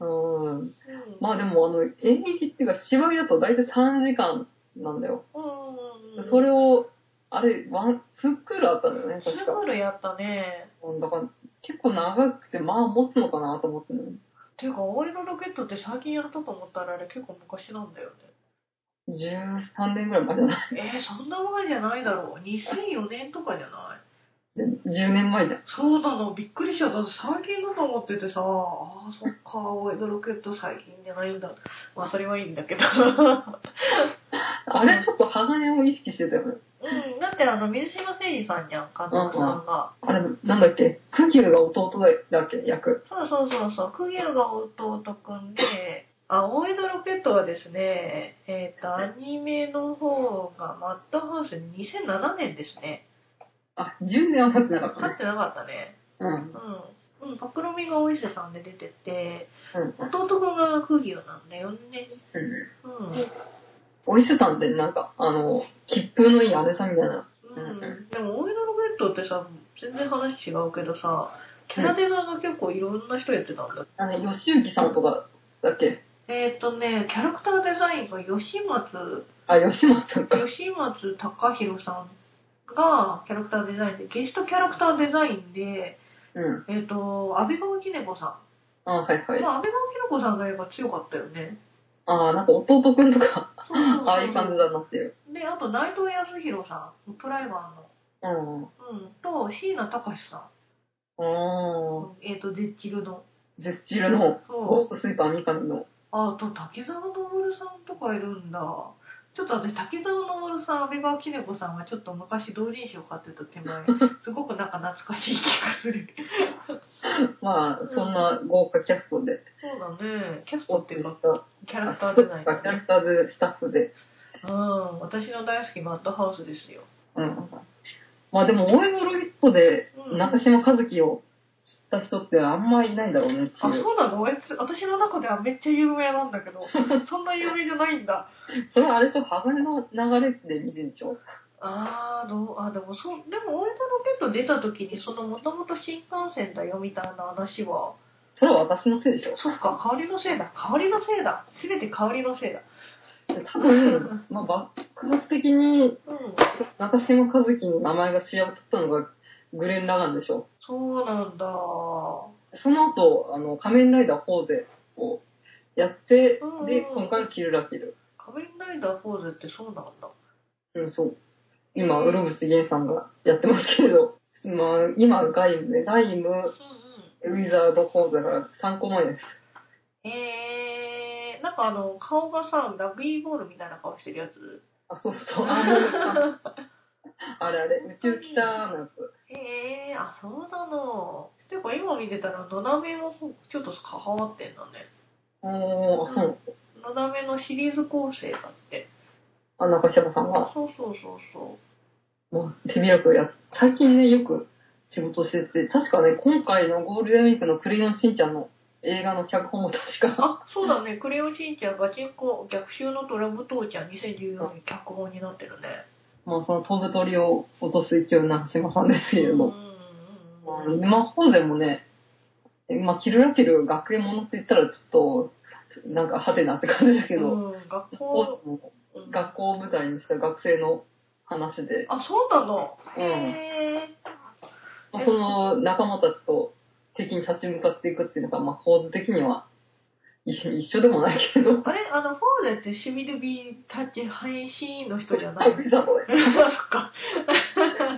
A: うん
B: うん
A: まあでもあの演劇っていうか芝居だと大体3時間なんだよ、
B: うんうん、
A: それをあれワンツークールあったんだよね
B: ス
A: 確か
B: クールやったね。
A: だから結構長くてまあ持つのかなと思ってね
B: ていうか、青色ロケットって最近やったと思ったらあれ結構昔なんだよ
A: (laughs)
B: ね。
A: 13年ぐらい前じゃない
B: えー、そんな前じゃないだろう。2004年とかじゃない
A: 10年前じゃん
B: そうなの、びっくりしちゃった。だって最近だと思っててさ、ああ、そっか、青色ロケット最近じゃないんだ。まあ、それはいいんだ
A: (laughs)
B: けど。
A: あれちょっと鋼を意識してたよね
B: うん、だってあの、水島誠二さんじゃん、監督さんが。
A: あれなんだっけクギルが弟だっけ役
B: そうそうそうそう、クギルが弟くんで、あ、大江戸ロケットはですね、えっ、と、アニメの方がマッドハウス2007年ですね。
A: あ10年は経ってなかった
B: 勝
A: ね
B: ってなかったね。
A: うん
B: うん。まうん、パクロミがお伊勢さんで出てて、
A: うん。
B: 弟君がクギオなんだよね。うん。
A: お伊勢さんってなんか、あの、切符のいい姉さんみたいな。
B: うんでも、大色のベッドってさ、全然話違うけどさ、キャラデザが結構いろんな人やってたんだ。
A: あの、吉行さんとかだっけ
B: えっ、ー、とね、キャラクターデザインが吉松、
A: あ、吉松さんか。
B: 吉松隆弘さんがキャラクターデザインで、ゲストキャラクターデザインで、
A: うん。
B: えっ、と、安倍川きねこさ
A: あ、はいは
B: ん。
A: い。
B: まあ、安倍川きねこさんがやっぱ強かったよね。
A: あ、なんか弟くんとか、
B: そうそうそう
A: ああいう感じだなっていう。
B: で、あと内藤康弘さん、プライバーの。
A: うん。
B: うん、と、椎名隆さん。う
A: あ
B: んえっ、と、ゼッチルの。
A: ー、ジェスチルのゴ
B: そ
A: ース
B: う。
A: トスイーパー三上の。
B: あと、滝沢昇さんとかいるんだ。ちょっと私、滝沢昇さん、安倍川きね子さんはちょっと昔同人誌を買ってた手
A: (laughs)
B: 前、すごくなんか懐かしい気がする。
A: まあ、そんな豪華キャストで、
B: そうだね。キャスト
A: お
B: っ
A: ってて
B: いう
A: し
B: か、
A: た。
B: キャラクターデザイン
A: キャラクターで、スタッフで。
B: うん、私の大好きマッドハウスですよ。
A: うん。まあでも、大江ロヒットで
B: うん、あ、
A: 中島和樹を知った人ってあんまいないだろうねって
B: そう
A: いう。
B: なの俺つ私の中ではめっちゃ有名なんだけど、 (laughs) そんな有名じゃないんだ。
A: それはあれでしょ、鋼の流れで見てるでしょ。
B: あーどうあでもそうでも大江戸ロケット出た時にそのもともと新幹線だよみたいな話は
A: それは私のせいでしょ。
B: そっか香りのせいだ香りのせいだ全て香りのせいだ
A: 多分、まあ、バックハス的に
B: うん
A: 中島和樹の名前が知り合ったのがグレン・ラガンでしょ。
B: そうなんだ
A: その後、あの、仮面ライダーホーゼをやって
B: うん、
A: で、今回キルラキル。
B: 仮面ライダーフォーズってそうなんだ
A: うん、そう。今、ウルブシゲンさんがやってますけれど、まあ、今、ガイムで、ガイム、
B: う
A: ウィザードホーゼから参考前です。
B: んうんえー、なんかあの顔がさラグビーボールみたいな顔してるやつ
A: あ、そうそう、あの、ああれあれ、宇宙来たーのやつ。
B: へえー、あそうなのてか今見てたらのだめもちょっと関わってんだね
A: おー、あ、そう。
B: のだめのシリーズ構成だって
A: あ、中島さんが、
B: そうそうそうそ
A: もう手広くやっ最近ね、よく仕事してて、確かね、今回のゴールデンウィークのクレヨンしんちゃんの映画の脚本も確
B: う。
A: か、
B: あ、
A: (laughs)
B: そうだね。クレヨンしんちゃんガチンコ逆襲のトラブ父ちゃん2014年脚本になってるね。
A: まあその飛ぶ鳥を落とす勢いの中島さんですけれ
B: うんうん
A: ど、うん、魔法でもね、まあ、キルラキル学園ものって言ったらちょっと、なんかハテナって感じですけ
B: う
A: ど、
B: ん。うん、学校、
A: 学
B: うん
A: 校を舞台にした学生の話で、
B: あ、そうなの。
A: うん
B: へ
A: まあ、その仲間たちと敵に立ち向かっていくっていうのが、まあ、構図的には一緒一緒でもないけれど、
B: ー。あれあの、フォーゼってシュミルビータッチ配信の人じゃな
A: あ
B: い
A: ウィザードだよ。
B: あ、そっか。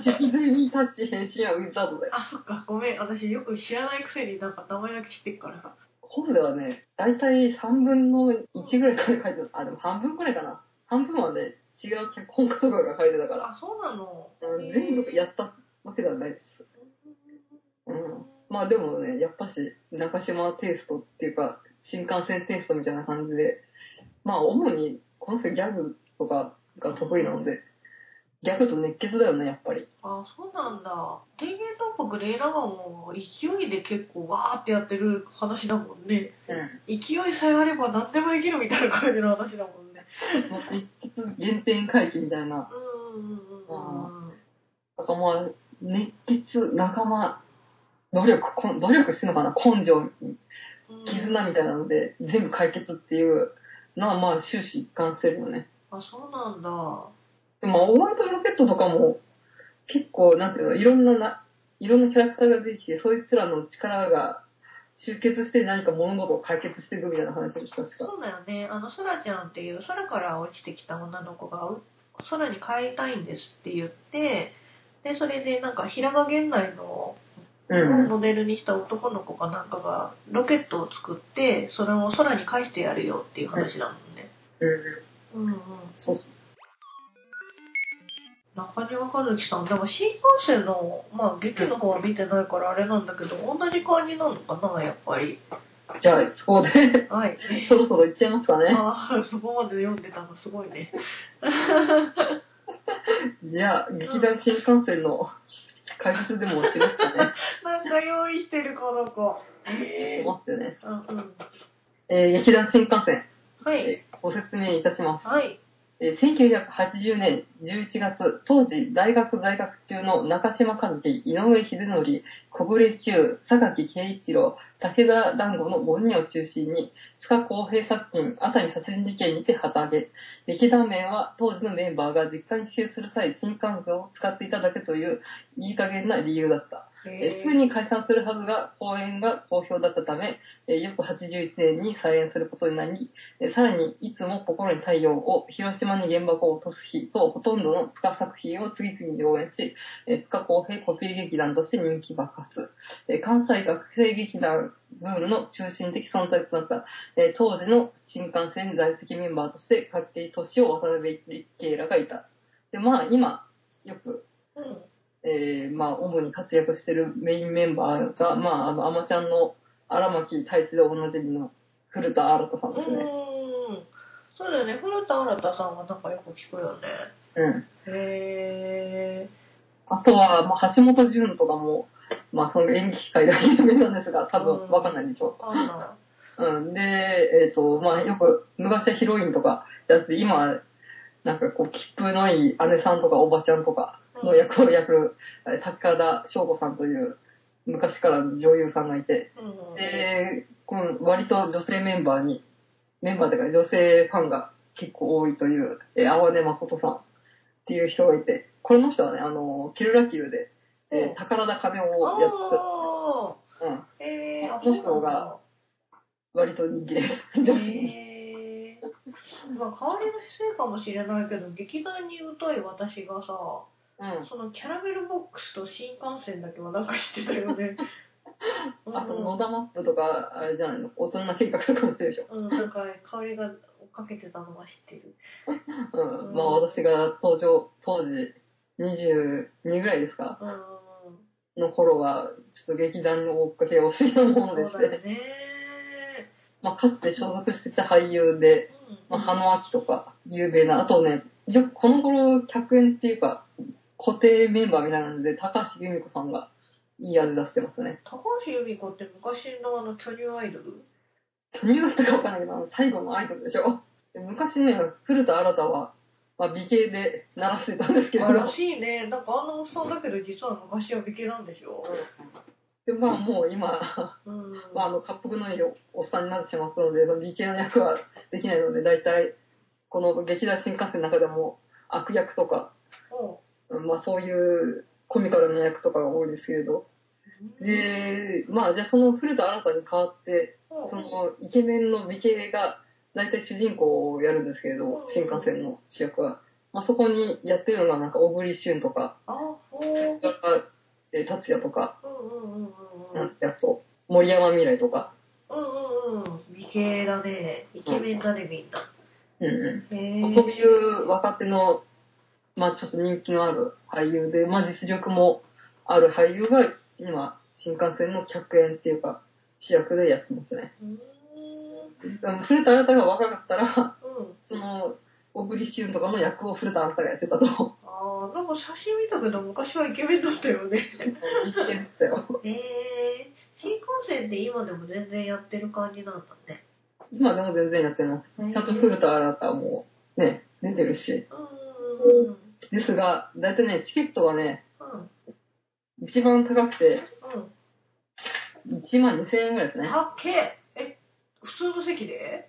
A: シュピズミタッチ変身はウィザードだよ。
B: あ、そっか。ごめん。私よく知らないくせになんか名前だけ知ってるからさ。
A: 本ではね、だいたい3分の1ぐらいから書いてる。あ、でも半分くらいかな。半分はね、違う脚本家とかが書いてたから、
B: あ、そうなの。
A: うん全部やったわけではないです。うん。まあでもね、やっぱし、中島テイストっていうか、新幹線テイストみたいな感じで、まあ主に、この人ギャグとかが得意なので、ギャグと熱血だよね、やっぱり。
B: あそうなんだ天元東北レイラガンも勢いで結構わーってやってる話だもんね
A: うん。
B: 勢いさえあれば何でもできるみたいな感じの話だもんね
A: もう熱血原点回帰みたいな。
B: うんうんうんうん
A: だからまあ、熱血、仲間、努力、こん努力してるのかな、根性、
B: うん
A: 絆みたいなので、全部解決っていうのは、まあ、終始一貫してるよね。
B: あそうなんだ
A: でも、オーワルトロケットとかも、結構、なんていうの、いろんなな、いろんなキャラクターが出てきて、そいつらの力が集結して何か物事を解決していくみたいな話をしたしか。
B: そうだよねあのソラちゃんっていう空から落ちてきた女の子がう空に帰りたいんですって言ってでそれでなんか平賀源内の
A: うん。
B: モデルにした男の子かなんかがロケットを作ってそれを空に返してやるよっていう話だもんね。
A: うん。
B: うんうん、
A: そうそう。
B: 中島和樹さんでも新幹線の、まあ、劇の方は見てないからあれなんだけど同じ感じなのかなやっぱり。
A: じゃあ、そこで、 (laughs)
B: はい
A: そろそろ行っちゃいますかね。
B: ああそこまで読んでたのすごいね。
A: じゃあ、劇団新幹線の解説でも落ちましたね。
B: なんか用意してるこの子。
A: ちょっと待ってね。
B: うんうん。
A: えー、劇団新幹線、
B: はい。
A: えーご説明いたします。
B: はい。
A: えー1980年11月、当時大学在学中の中島和樹、井上秀則、小暮周、榊圭一郎、武田団子の5人を中心に、塚公平作品、熱海殺人事件にて旗揚げ、劇団名は当時のメンバーが実家に帰省する際、新幹線を使っていただけという、いい加減な理由だった。えーすぐに解散するはずが公演が好評だったため、えー翌81年に再演することになり、えーさらにいつも心に太陽を、広島に原爆を落とす日とほとんどの塚作品を次々に上演し、えー塚公平コピー劇団として人気爆発。えー関西学生劇団ブームの中心的存在となった、えー当時の新幹線在籍メンバーとして、筧利夫、渡辺立慶らがいた。で、まあ今、よく
B: うん。
A: えーまあ、主に活躍してるメインメンバーが、まあ、あの、アマちゃんの荒牧太一でおなじみの古田新太さん
B: う
A: ですね。
B: ーん。そうだよね。古田新太さんはなんかよく聞くよね。
A: うん。
B: へえ。
A: あとは、まあ、橋本淳とかも、まあ、その演劇界では有名なんですが、多
B: うん
A: 分わかんないでしょ
B: あんな。
A: う。うん。で、えっ、と、まあ、よく、昔はヒロインとかやって、今、なんかこう、切符のいい姉さんとかおばちゃんとかの役をやる、えー高田翔吾さんという、昔からの女優さんがいて、
B: うんうん。
A: で、この割と女性メンバーに、メンバーというか女性ファンが結構多いという、えー、淡根誠さんっていう人がいて、この人はね、あの、キルラキルで、
B: う
A: え
B: ん
A: ー宝田金夫をやって
B: おー
A: た、うん、
B: へえ。あ
A: この人が割と人気です。女子に。
B: へーまあ、代わりの姿勢かもしれないけど、劇団に疎い私がさ、
A: うん。
B: そのキャラメルボックスと新幹線だけはなんか知ってたよ
A: (laughs)
B: ね。
A: あと、
B: うん
A: 野田マップとか、あれじゃないの、大人計画とかもしてるでしょ。
B: うん、なんか香りが追っかけてたのは知ってる。
A: う。
B: うんん
A: まあ、私が登場、当時、22ぐらいですか
B: うん。
A: の頃は、ちょっと劇団の追っかけをしのものでし
B: そうだ
A: て、
B: よね。
A: まあ、かつて所属してた俳優で、まあ、
B: うん
A: ハノアキとか有名な、あとね、よくこの頃客演っていうか、固定メンバーみたいなので、高橋由美子さんがいい味出してますね。
B: 高橋由美子って昔のあの巨乳アイドル
A: 何だったかわかんないけど、あの最後のアイドルでしょ。で昔ね、古田新太は、まあ、美形で鳴らしてたんですけど、
B: あらしいね。なんかあんなおっさんだけど実は昔は美形なんでしょ。
A: でまあもう今、 (laughs)
B: うん。
A: まあ、あの、滑覆のいいおっさんになってしまったので、その美形の役はできないので、大体、この劇団新幹線の中でも悪役とか、
B: お
A: まあそういうコミカルな役とかが多いですけれど。
B: う
A: で、まあじゃあその古田新たに代わって、
B: おう
A: そのイケメンの美形が大体主人公をやるんですけれ
B: う
A: ど
B: ん、
A: 新幹線の主役は。まあそこにやってるのがなんか小栗旬とか、
B: あ、ほう。
A: えー達也とか、
B: うんうんうんうんう
A: なんん。てやつと、森山未来とか。
B: うんうんうん。美形だね。イケメンだね、みんな。
A: うんう
B: へ
A: ん。
B: え。
A: そういう若手の、まあちょっと人気のある俳優で、まあ実力もある俳優が今、新幹線の客演っていうか、主役でやってますね。
B: うーん。
A: でも古田新太が若かったら、
B: うん。
A: その、小栗旬とかの役を古田新太がやってたと思う。
B: ああ、なんか写真見たけど昔はイケメンだったよね。
A: 言ってましたよ。
B: へえ。新幹線って今でも全然やってる感じなんだね。
A: 今でも全然やってま
B: へー
A: す。ちゃんと古田新太もね、出てるし。
B: うんうんうん。
A: ですが、だいたいね、チケットがね、
B: うん。
A: 一番高くて、
B: うん。
A: 1万2000円ぐらいですね。
B: たっけえ、普通の席で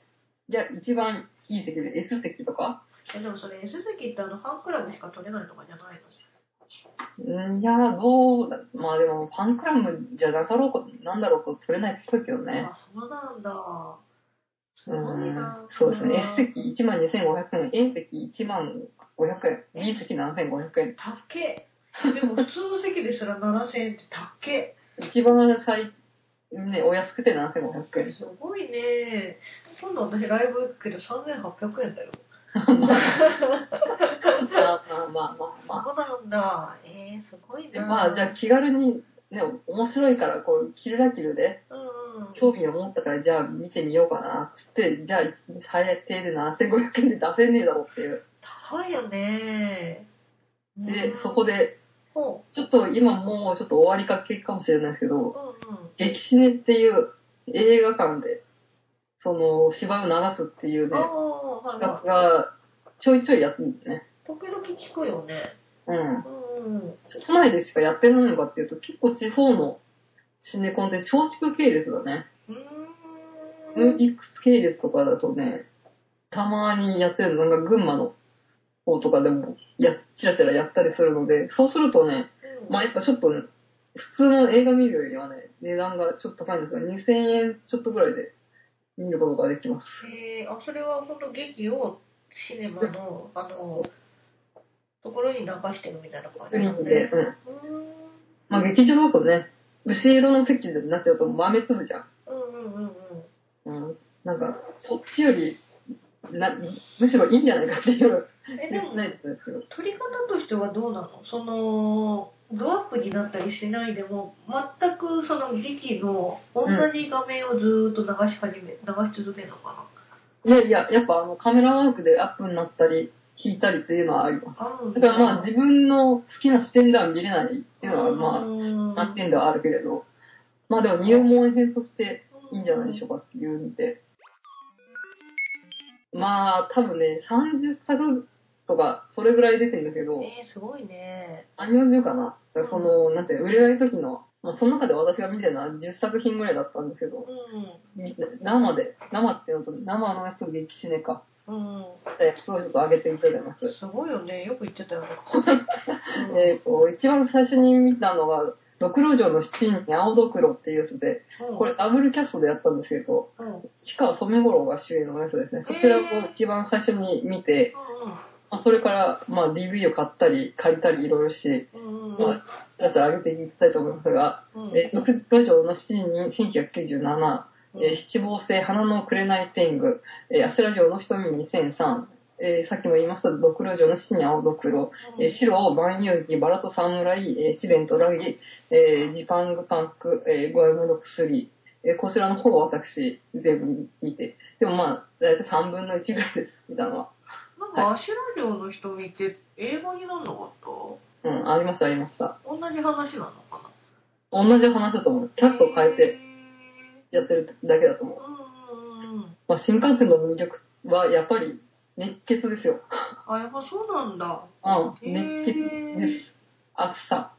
A: いや、一番いい席で S 席とか
B: え、でもそれ S 席ってあのファンクラブしか取れないとかじゃないの
A: うんいや、どうだ、まあでも、ファンクラブじゃなかろうか、なんだろうか取れないっぽいけどね。
B: あ、そうなんだ。す
A: う
B: ごい
A: ん
B: な。
A: そうですね。S 席1万2500円、A 席1万500円、B 席7500円。
B: たっけでも普通の席ですら7000円ってたっけ
A: 一番最、ね、お安くて7500
B: (laughs)
A: 円。
B: すごいね今度私ライブ行くけど3800円だよ
A: まあまあまあまあまあ。
B: そうなんだえー、すごい
A: で
B: な
A: まあ、じゃあ気軽に、ね、面白いから、こう、キルラキルで、
B: うんうん
A: 興味を持ったから、じゃあ見てみようかな、つって、じゃあ、最低で7500円で出せねえだろうっていう。
B: 高いよね
A: で、そこ
B: で
A: で、
B: ほ
A: ちょっと今もうちょっと終わりかけかもしれないですけ
B: う。
A: ど、
B: うんうん。
A: 激死ねっていう映画館で、その芝居を流すっていう
B: あ
A: ね、
B: あ、はい
A: 企
B: は
A: 画
B: い。
A: がちょいちょいやってるんだよね。
B: 時々聞くよね。
A: うん。
B: うんうん。
A: 都内でしかやってないのかっていうと、結構地方のシネコンって松竹系列だね。
B: う
A: ム
B: ー
A: ー
B: ん。
A: ビックス系列とかだとね、たまにやってるの、なんか群馬の方とかでも、や、ちらちらやったりするので、そうするとね、まあやっぱちょっと、普通の映画見るよりはね、値段がちょっと高いんですが、2000円ちょっとぐらいで見ることができます。
B: えー、あそれは本当劇をシネマのあのところに流してるみたいな感じ
A: スクリ
B: な
A: ー
B: の
A: ンで、
B: で。
A: うん。
B: うーん
A: まあ劇場だとね、後ろの席でなっちゃうと豆粒じゃん。
B: うんうんうんうん。
A: うん。なんか、そっちより、な、むしろいいんじゃないかっていう
B: え
A: 気
B: で
A: が
B: も
A: しないですけど。
B: 取り方としてはどうなの？そのドアップになったりしないでも全くその劇の同じ画面をずーっと流し始め、流し続けるのか
A: いやいや、やっぱあのカメラワークでアップになったり、引いたりっていうのはあります。
B: な？あるん
A: だからまあ自分の好きな視点では見れないっていうのはまあ、
B: ま
A: 難点ではあるけれど、まあでも入門編としていいんじゃないでしょ
B: う
A: うかっていうんで。まあ多分ね、30作とかそれぐらい出てるんだけ
B: か。
A: ど、
B: えー、すごいね。
A: 何を中かな。だからその、なんていうの、売れない時の、まあその中で私が見てるのは10作品ぐらいだったんですけど、
B: う
A: み生で、生っていうのと生のやつと激死ねか。
B: んうん。
A: で、そういうこと上げていただきます。
B: すごいよね。よく言っちゃった
A: (laughs)
B: よね。
A: えっ、と、一番最初に見たのが、ドクロ城の七人に青ドクロっていうやつで、
B: うん
A: これ、ダブルキャストでやったんですけど、
B: うんうん
A: 市川染五郎が主演のやつですね。そちらを一番最初に見て、まあ、それから、まあ、DV を買ったり、借りたりいろいろして、
B: うんうんうん
A: まあ、だったら上げていきたいと思いますが、
B: うん
A: えードクロ城の七人に1997、えー七芒星、花の紅天狗、えー、アシラ城の瞳2003、えーさっきも言いました、ドクロ城の七人青ドクロ、
B: うん
A: えー白、万有機、バラと侍、えー試練とラギ、えージパングパンク、えー、5M63、えーこちらの方は私、全部見て。でもまあ、だいたい3分の1ぐらいです、見たのは。
B: なんか、アシュラ城の人見て、映画になんなかった
A: うん、ありました、ありました。
B: 同じ話なのかな
A: 同じ話だと思う。キャストを変えて。やってるだけだと
B: う
A: 思う。
B: んうんうん。
A: まあ、新幹線の魅力はやっぱり熱血ですよ。
B: あ、やっぱそうなんだ。
A: うん、熱血です。熱さ。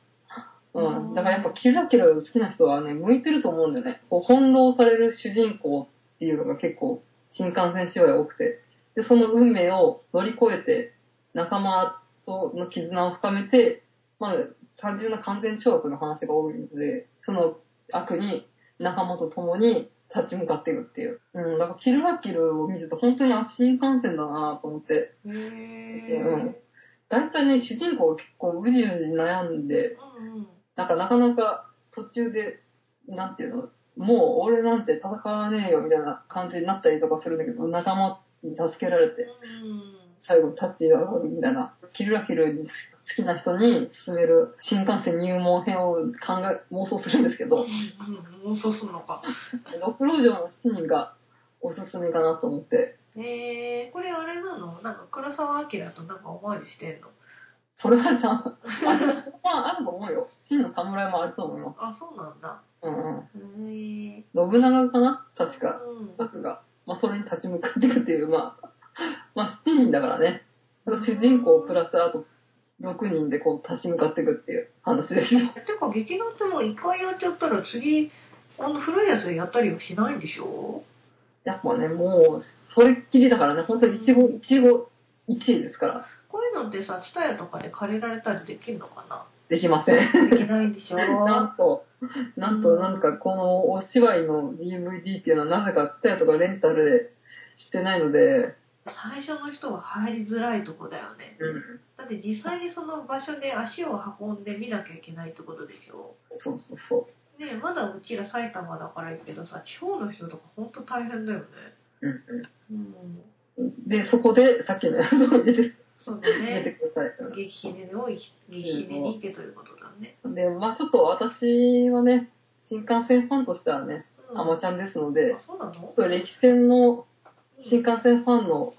A: うん、だからやっぱキラキラ好きな人はね、向いてると思うんだよね。こう翻弄される主人公っていうのが結構新幹線芝居多くて。で、その運命を乗り越えて、仲間との絆を深めて、まあ、単純な完全懲悪の話が多いので、その悪に仲間と共に立ち向かっていくっていう。うん、だからキルラキルを見てて本当にあ新幹線だなと思って、
B: へ
A: うん
B: ぇ。
A: 大体ね、主人公が結構うじうじ悩んで、なんかなかなか途中で、なんていうの、もう俺なんて戦わねえよみたいな感じになったりとかするんだけど、仲間に助けられて、最後立ち上がるみたいな、キルラキルに好きな人に勧める新幹線入門編を考え、妄想するんですけど、
B: もうそうすんのか。
A: 六郎城の七人がおすすめかなと思って、
B: えー、これあれなのなんか黒沢明となんかお参りしてんの
A: それはさ、あでもそこはあると思うよ。真の侍もあると思います。
B: あ、そうなんだ。
A: うんうん。
B: へー。
A: 信長かな確か。
B: うん
A: 悪が、まあ、それに立ち向かっていくっていう、まあ、まあ、7人だからね。主人公プラスあと6人でこう立ち向かっていくっていう話ですよ。
B: てか劇団ってもう一回やっちゃったら次あの古いやつやったりはしないんでしょ
A: やっぱね、もう、それっきりだからね、本当に一期一期一位ですから、
B: こういうのってさツタヤとかで借りられたりできるのかな
A: できません。
B: できないんでしょ
A: (laughs) なんと、なんとなんかこのお芝居の DVD っていうのはなぜかペアとかレンタルでしてないので、
B: 最初の人は入りづらいとこだよね
A: うん。
B: だって実際にその場所で足を運んで見なきゃいけないってことでしょ
A: そうそうそ
B: ねえまだうちら埼玉だから言うけどさ地方の人とかほんと大変だよね
A: う。うん
B: うん
A: うん。で、そこでさっきのやつを入れて、
B: そうだ
A: 入れ (laughs) て
B: ね
A: ください。うん
B: 激ひねを激ひねに行けということだね、
A: で、まあちょっと私はね、新幹線ファンとしてはね、
B: うん、
A: アマちゃんですので
B: あ、そうなの
A: ちょっと歴戦の新幹線ファンの、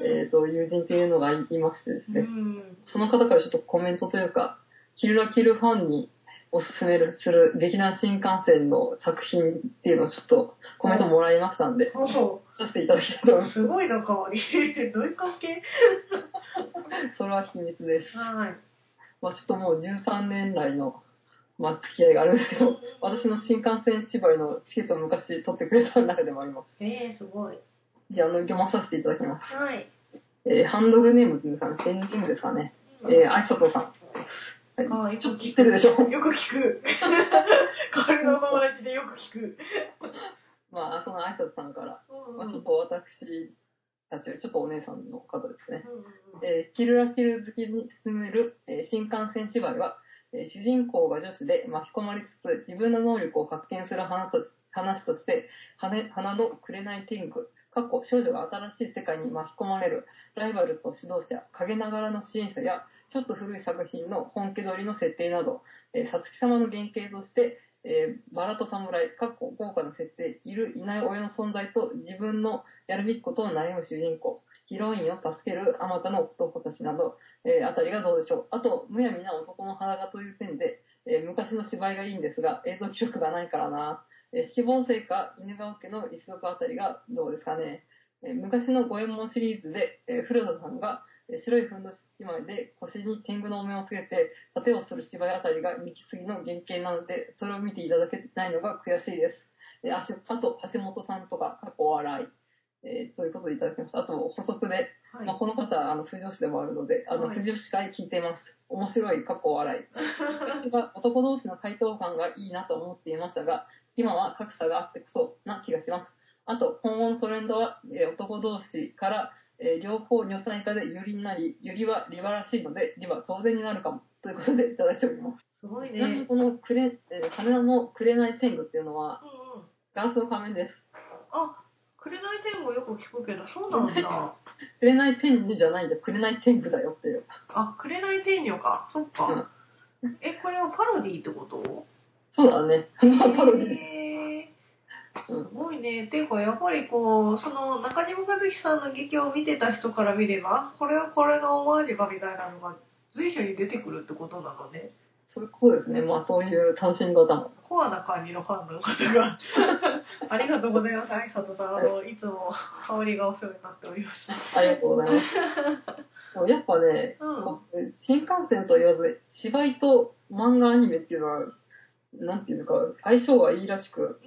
A: え
B: う
A: ー、と友人っていうのがいましてです
B: ん
A: ね、
B: うん
A: その方からちょっとコメントというか、キルラキルファンにおすすめする劇団新幹線の作品っていうのをちょっとコメントもらいましたんで、
B: あそ
A: させていただきたいと思いうます。
B: すごい仲悪い (laughs) どういう関係
A: それは秘密です。
B: はい
A: まあちょっともう13年来の、まあ、付き合いがあるんですけど、私の新幹線芝居のチケットを昔取ってくれた中でもあります。
B: えー、すごい
A: じゃあ、あの、読まさせていただきます。
B: はい、
A: えーハンドルネームっていうんですかね、ペンネームですかね。
B: うん
A: えー、あいさとさん。
B: あ
A: は
B: ー
A: い、
B: よ
A: ちょっ
B: く
A: と聞いてるでしょ。
B: (laughs) よく聞く
A: (laughs)
B: カエルの友達でよく聞く、
A: まあ、そのあいさとさんから、
B: うん
A: まあ、
B: うん
A: ちょっと私たちよりちょっとお姉さんの方ですね。
B: うんうん
A: えーキルラキル好きに進める、えー新幹線芝居は、えー主人公が女子で巻き込まれつつ自分の能力を発見する話とし話として花花の紅天狗過去少女が新しい世界に巻き込まれるライバルと指導者陰ながらの支援者やちょっと古い作品の本家撮りの設定などえーさつき様の原型として、えーバラと侍かっこ豪華な設定いるいない親の存在と自分のやるべきことを悩む主人公ヒロインを助けるあまたの男たちなど、えーあたりがどうでしょう。あと、むやみな男の裸という点で、えー昔の芝居がいいんですが、映像記録がないからな。えー、死亡生か犬が桶の一族あたりがどうですかね。えー昔の五右衛門シリーズで、えー古田さんが、えー白いふんどし一枚で腰に天狗のお面をつけて盾をする芝居あたりが三木杉の原型なので、それを見ていただけないのが悔しいです。えーあしあと、橋本さんとか、過去笑い。えーということでいただきました。あと、補足で、
B: はい
A: まあ、この方、あの、不女子でもあるので、あの、
B: はい
A: 不女子会聞いてます。面白い、過去笑い。私は男同士の回答感がいいなと思っていましたが、今は格差があってこそな気がします。あと、今後のトレンドは、えー男同士から、えー両方女体化でユリになり、ユリはリバらしいので、リバ当然になるかも。ということでいただいております。
B: すごい
A: ちなみに
B: ね
A: このくれ、えー、金のくれない天狗っていうのは、
B: うんうん
A: ガラスの仮面です。
B: あ、紅天狗よく聞くけど、そうなんだ。
A: くれない天狗じゃないんだよ、くれない天狗だよっていう。
B: あ、紅天女か。そっか。え、これはパロディってこと
A: そうだね。まあ、パロディー。
B: へーすごいね。っていうか、やっぱりこう、その中島和樹さんの劇を見てた人から見れば、これはこれのオマージュかみたいなのが随所に出てくるってことなのね。
A: そういうことですね。まあ、そういう楽しみ方も。
B: コアな感じのファンの方が。 (laughs) ありがとうございます、あいさとさん。あの、いつも香りがお世話になっております。
A: ありがとうござい
B: (laughs)
A: ます。でもやっぱね、
B: うん。
A: 新幹線と言わず、芝居と漫画アニメっていうのは、なんていうのか、相性がいいらしく、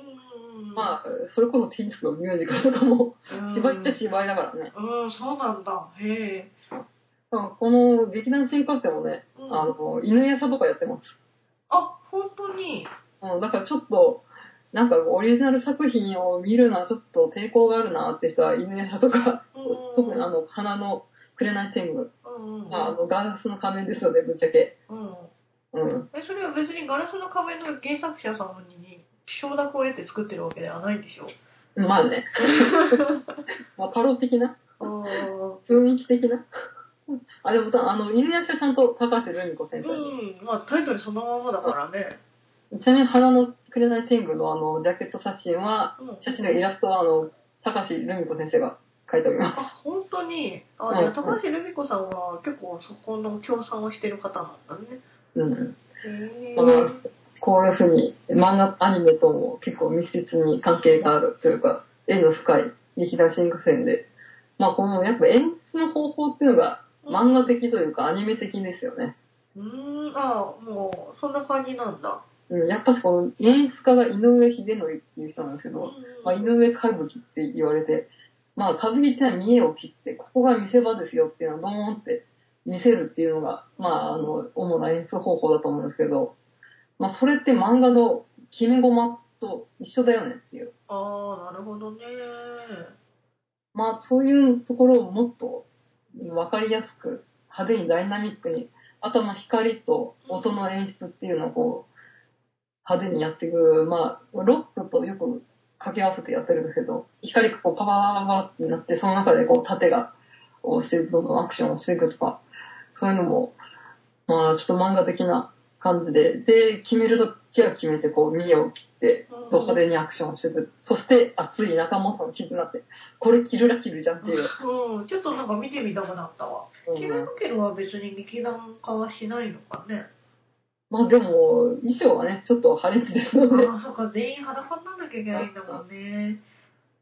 B: うん
A: まあ、それこそテニスのミュージカルとかも、
B: うん
A: 芝居っちゃ芝居だからね。
B: うん、そうなんだ。へえ。
A: だからこの劇団新幹線もね、
B: うん
A: あの、犬屋舎とかやってます。
B: あ、本当に。
A: うん、だからちょっと、なんかオリジナル作品を見るのはちょっと抵抗があるなって人は犬屋舎とか、
B: うん
A: 特にあの、花の紅天狗、
B: うんうんうん。
A: まあ、あの、ガラスの仮面ですよね、ぶっちゃけ。
B: うん。
A: うん。
B: え、それは別にガラスの仮面の原作者さんに承諾を得て作ってるわけではないんでしょ。
A: まあね。まあ、パロ的な
B: うん。
A: 雰囲気的なあ、でもさ、あの、犬屋はちゃんと高橋留美子先生、
B: うん、まあタイトルそのままだからね。
A: ちなみに花の紅天狗のあの、ジャケット写真は、
B: うん。
A: 写真のイラストはあの、高橋留美子先生が描いております。
B: あ、本当に。あ、
A: うん
B: じゃあ高橋留美子さんは結構そこの協賛をしてる方なんだね。
A: うん。
B: へえ。
A: だからこういうふうに、漫画、アニメとも結構密接に関係があるというか、絵の深い劇団新幹線で、まあ、この、やっぱ演出の方法っていうのが、漫画的というか、アニメ的ですよね。
B: うん、あ、もうそんな感じなんだ。
A: うん、やっぱしこの演出家が井上秀則っていう人なんですけど、まあ、井上歌舞伎って言われて、まあ歌舞伎ってのは見栄を切って、ここが見せ場ですよっていうのをドーンって見せるっていうのが、まああの、主な演出方法だと思うんですけど、まあそれって漫画の決め駒と一緒だよねっていう。
B: ああ、なるほどね。
A: まあそういうところをもっと分かりやすく、派手にダイナミックに、あとはまあ光と音の演出っていうのをこう、派手にやっていく、まあ、ロックとよく掛け合わせてやってるんですけど、光がこうパパパパパってなって、その中でこう縦が押して、どんどんアクションをしていくとか、そういうのも、まあちょっと漫画的な感じで、で、決めるときは決めて、こう、見栄を切って、ド派手にアクションをしていく。そして、熱い仲間との絆って、これキルラキルじゃんっていう。
B: うん、ちょっとなんか見てみたくなったわ。キラ
A: うん
B: ルケルは別に劇団化はしないのかね。
A: まあでも、衣装はね、ちょっと破裂ですので、
B: ああ、そっか、全員裸になんなきゃいけないんだもんね。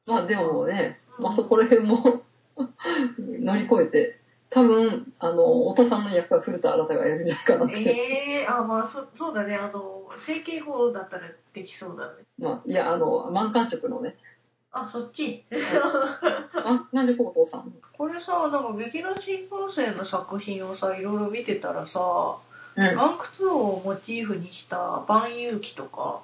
A: まあでもね、
B: うん
A: まあそこら辺も (laughs) 乗り越えて、多分、あの、お父さんの役は古田新太がやるんじゃないかなって。
B: ええあ、まあそ、そうだね。あの、整形法だったらできそうだね。
A: まあ、いや、あの、満館色のね、
B: あ、そっち。
A: 満館色お父さん。
B: これさ、なんか劇団新幹線の作品をさ、いろいろ見てたらさ、
A: うん。
B: ガンクツをモチーフにした万有記とか、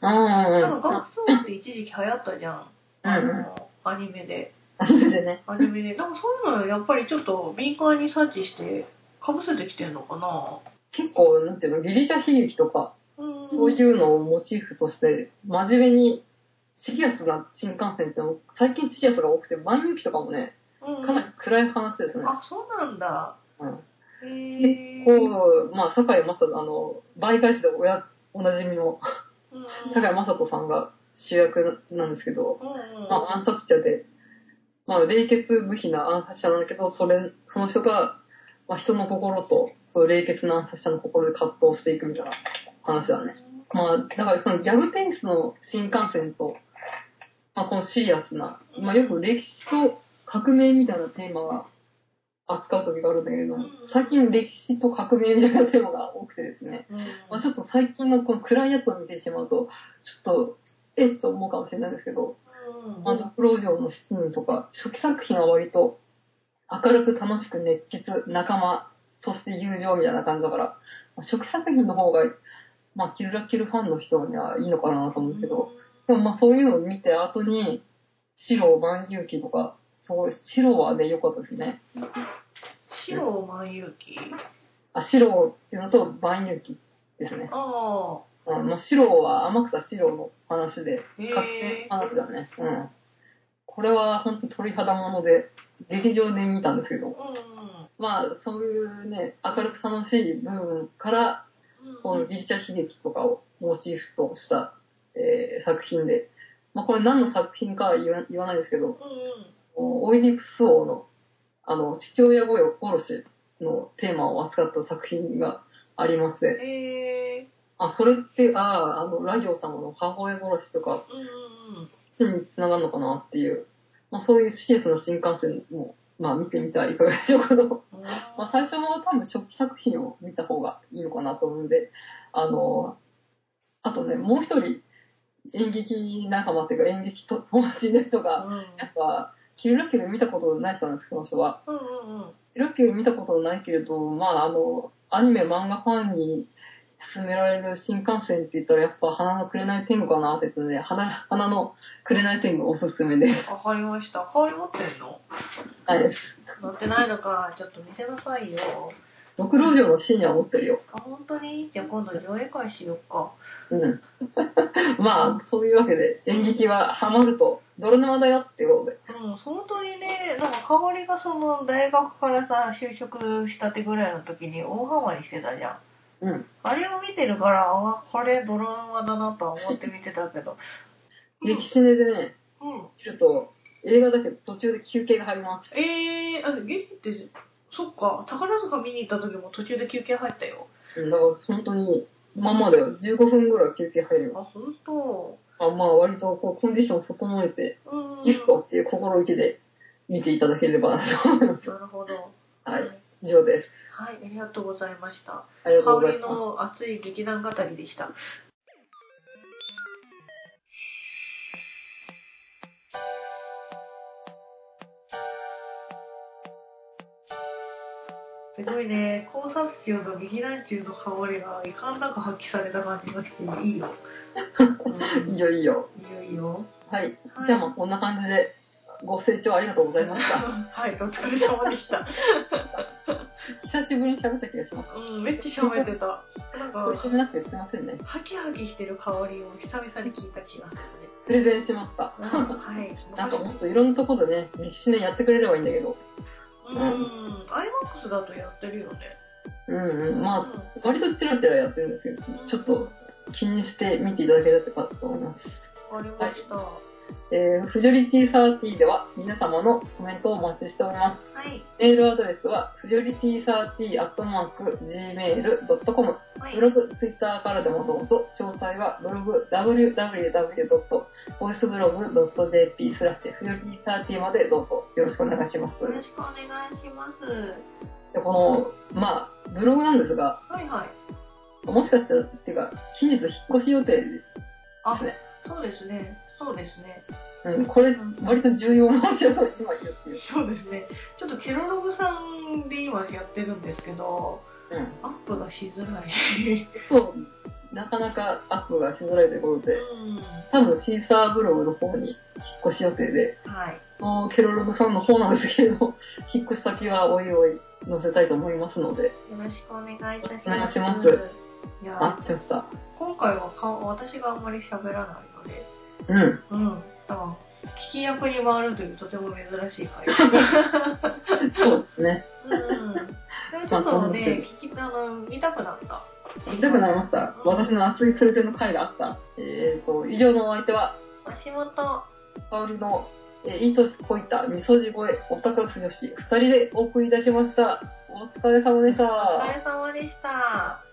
B: なんかガン
A: あ
B: クツって一時期流行ったじゃん。あの、アニメで。
A: あ、うん。 (laughs) でね。
B: アニメで。なんかそういうのやっぱりちょっと敏感に察知して、かぶせてきてんのかな
A: 結構、なんていうの、ギリシャ悲劇とか、
B: うん
A: そういうのをモチーフとして、真面目に、シリアスな新幹線っての、最近シリアスが多くて、万有期とかもね、
B: うん
A: かなり暗い話ですね。
B: あ、そうなんだ。
A: うん
B: へ
A: で
B: え。
A: こう、まあ、堺雅人、あの、倍返しでおや、おなじみの
B: うん、
A: 堺雅人さんが主役なんですけど、
B: うんうん
A: まあ、暗殺者で、まあ、冷血無比な暗殺者なんだけど、それ、その人が、まあ、人の心と、そう、冷血な暗殺者の心で葛藤していくみたいな話だね。。まあ、だからそのギャグテイストの新幹線と、まあ、このシリアスな、まあ、よく歴史と革命みたいなテーマが扱う時があるんだけれども、最近歴史と革命みたいなテーマが多くてですね、
B: うん
A: まあ、ちょっと最近のこの暗いやつを見てしまうと、ちょっと、えっと思うかもしれないんですけど、
B: うん
A: まあ、独老城の七人とか、初期作品は割と明るく楽しく熱血、仲間、そして友情みたいな感じだから、まあ、初期作品の方が、まあ、キルラキルファンの人にはいいのかなと思うんですけど、でもまあそういうのを見て後に、白万有記とか、そう、白はね、良かったですね。
B: 白万有記
A: あ、白っていうのと万有記ですね。
B: ああ
A: うん、まあ白は天草白の話で、
B: へ
A: 勝
B: え
A: 手な話だね。うん。これは本当鳥肌もので、劇場で見たんですけど、
B: う
A: まあそういうね、明るく楽しい部分から、
B: ん
A: こ
B: う
A: の
B: ん
A: ギリシャ悲劇とかをモチーフとした、えー作品で、まあこれ何の作品かは言わ言わないですけど、オイディプス王のあの父親御用殺しのテーマを扱った作品がありまして、
B: へえ
A: あ、それって、ああ、あの、ラ行様の母親殺しとか、
B: うんうん
A: そっちに繋がるのかなっていう、まあ、そういうシリアスな新幹線も、まあ、見てみたらいかがでしょうかと。
B: うん
A: (laughs) まあ、最初は多分初期作品を見た方がいいのかなと思うんで、あの、あとね、もう一人、演劇仲間っていうか、演劇と友達の人が、
B: うん
A: やっぱ、キルラキル見たことない人なんですけど、この人は。
B: うんうんうん
A: ロッキー見たことないけれど、まあ、あの、アニメ漫画ファンに勧められる新幹線って言ったら、やっぱ花の紅天狗かなって言ってね、花花の紅天狗おすす
B: (laughs)
A: めです。
B: わかりました香り持ってんの
A: はいです。
B: 乗ってないのかちょっと見せなさいよ
A: 六郎城のシーンは持ってるよ。
B: あ本当にじゃあ今度上映会しよっか
A: うん。 (laughs) まあ、そういうわけで、演劇はハマると、泥沼だよってことで。
B: うん、本当にね、なんか香りがその大学からさ、就職したてぐらいの時に大ハマりしてたじゃん。
A: うん。
B: あれを見てるから、あこれドラマだなとは思って見てたけど。 (laughs)
A: 歴史ネでね、
B: うん。
A: 見ると、映画だけど途中で休憩が入ります。
B: えー、あ、ゲスって、そっか、宝塚見に行った時も途中で休憩入ったよ。
A: うん、だから本当に、まあまあだよ。15分ぐらい休憩入るよ。
B: あ、ほんと。
A: あまあ、割とこうコンディション整えて、
B: うん。
A: ギフトっていう心意気で見ていただければなと思います。
B: なるほど。
A: は
B: は
A: い、
B: い、
A: 以上です。
B: ありがとうございました。
A: ありがとうご
B: 香
A: ざい
B: り
A: ます。
B: の熱い劇団語りでした。すごいね、考察中の劇団中の香りが遺憾なく発揮された感じがしていいよ。うん
A: (laughs) いいよいいよ。
B: いいよいいよ。
A: はい。
B: はい
A: じゃあまあこんな感じでご清聴ありがとうございました。
B: はい、お疲れ様でした。
A: 久しぶりに喋った気がします。
B: うん、めっちゃ喋ってた。なん
A: (laughs) これ
B: か、
A: 喋なくてすいませんね。
B: ハキハキしてる香りを久々に聞いた気がするね。
A: プレゼンしました。
B: はい。
A: なんかもっといろんなところでね、歴史ねやってくれればいいんだけど。
B: うん。アイマックスだとやってるよね。
A: うんうん。
B: う
A: まあ、
B: ん
A: 割とチラチラやってるんですけど、ちょっと気にして見ていただければと思います。
B: わかりました。は
A: えー、フジョリティサーティでは皆様のコメントをお待ちしております。
B: い。
A: メールアドレスは、フジョリティサーティーアットマーク、gmail.com。
B: はい。はい
A: ブログ、ツイッターからでもどうぞ。詳細はブログ www.voiceblog.jp スラッシュフヨリ30までどうぞよろしくお願いします。
B: よろしくお願いします。
A: で、この、まあ、ブログなんですが、
B: はいはい。
A: もしかしたら、っていうか、近日引っ越し予定で、
B: あ
A: ね、
B: そうですね。そうですね。
A: うん、これ割と重要な話を今言ってる。
B: そうですね。ちょっとケロログさんで今やってるんですけど、
A: うん。
B: アップがしづらい。
A: そう、なかなかアップがしづらいということで、
B: うん。
A: 多分シーサーブログの方に引っ越し予定で、
B: はい。
A: もうケロログさんの方なんですけれど、 (laughs) 引っ越し先はおいおい載せたいと思いますので、
B: よろしくお願いいたします。
A: お願いします
B: いや、
A: あってました。
B: 今回はか私があんまり喋らないので、
A: う
B: う
A: ん。
B: ん。だから聞き役に回るというとても珍しい回。
A: (laughs) そうですね。
B: うん。それちょっとね、聞き、あの、見たくなった。
A: 痛くなりました。私の熱いプレゼンの回があった。えっ、ー、と、以上のお相手は、
B: 足元、
A: 香りの、えー、いい年こいた、みそじ声、おたかふ女子、二人でお送りいたしました。お疲れ様でした。
B: お疲れ様でした。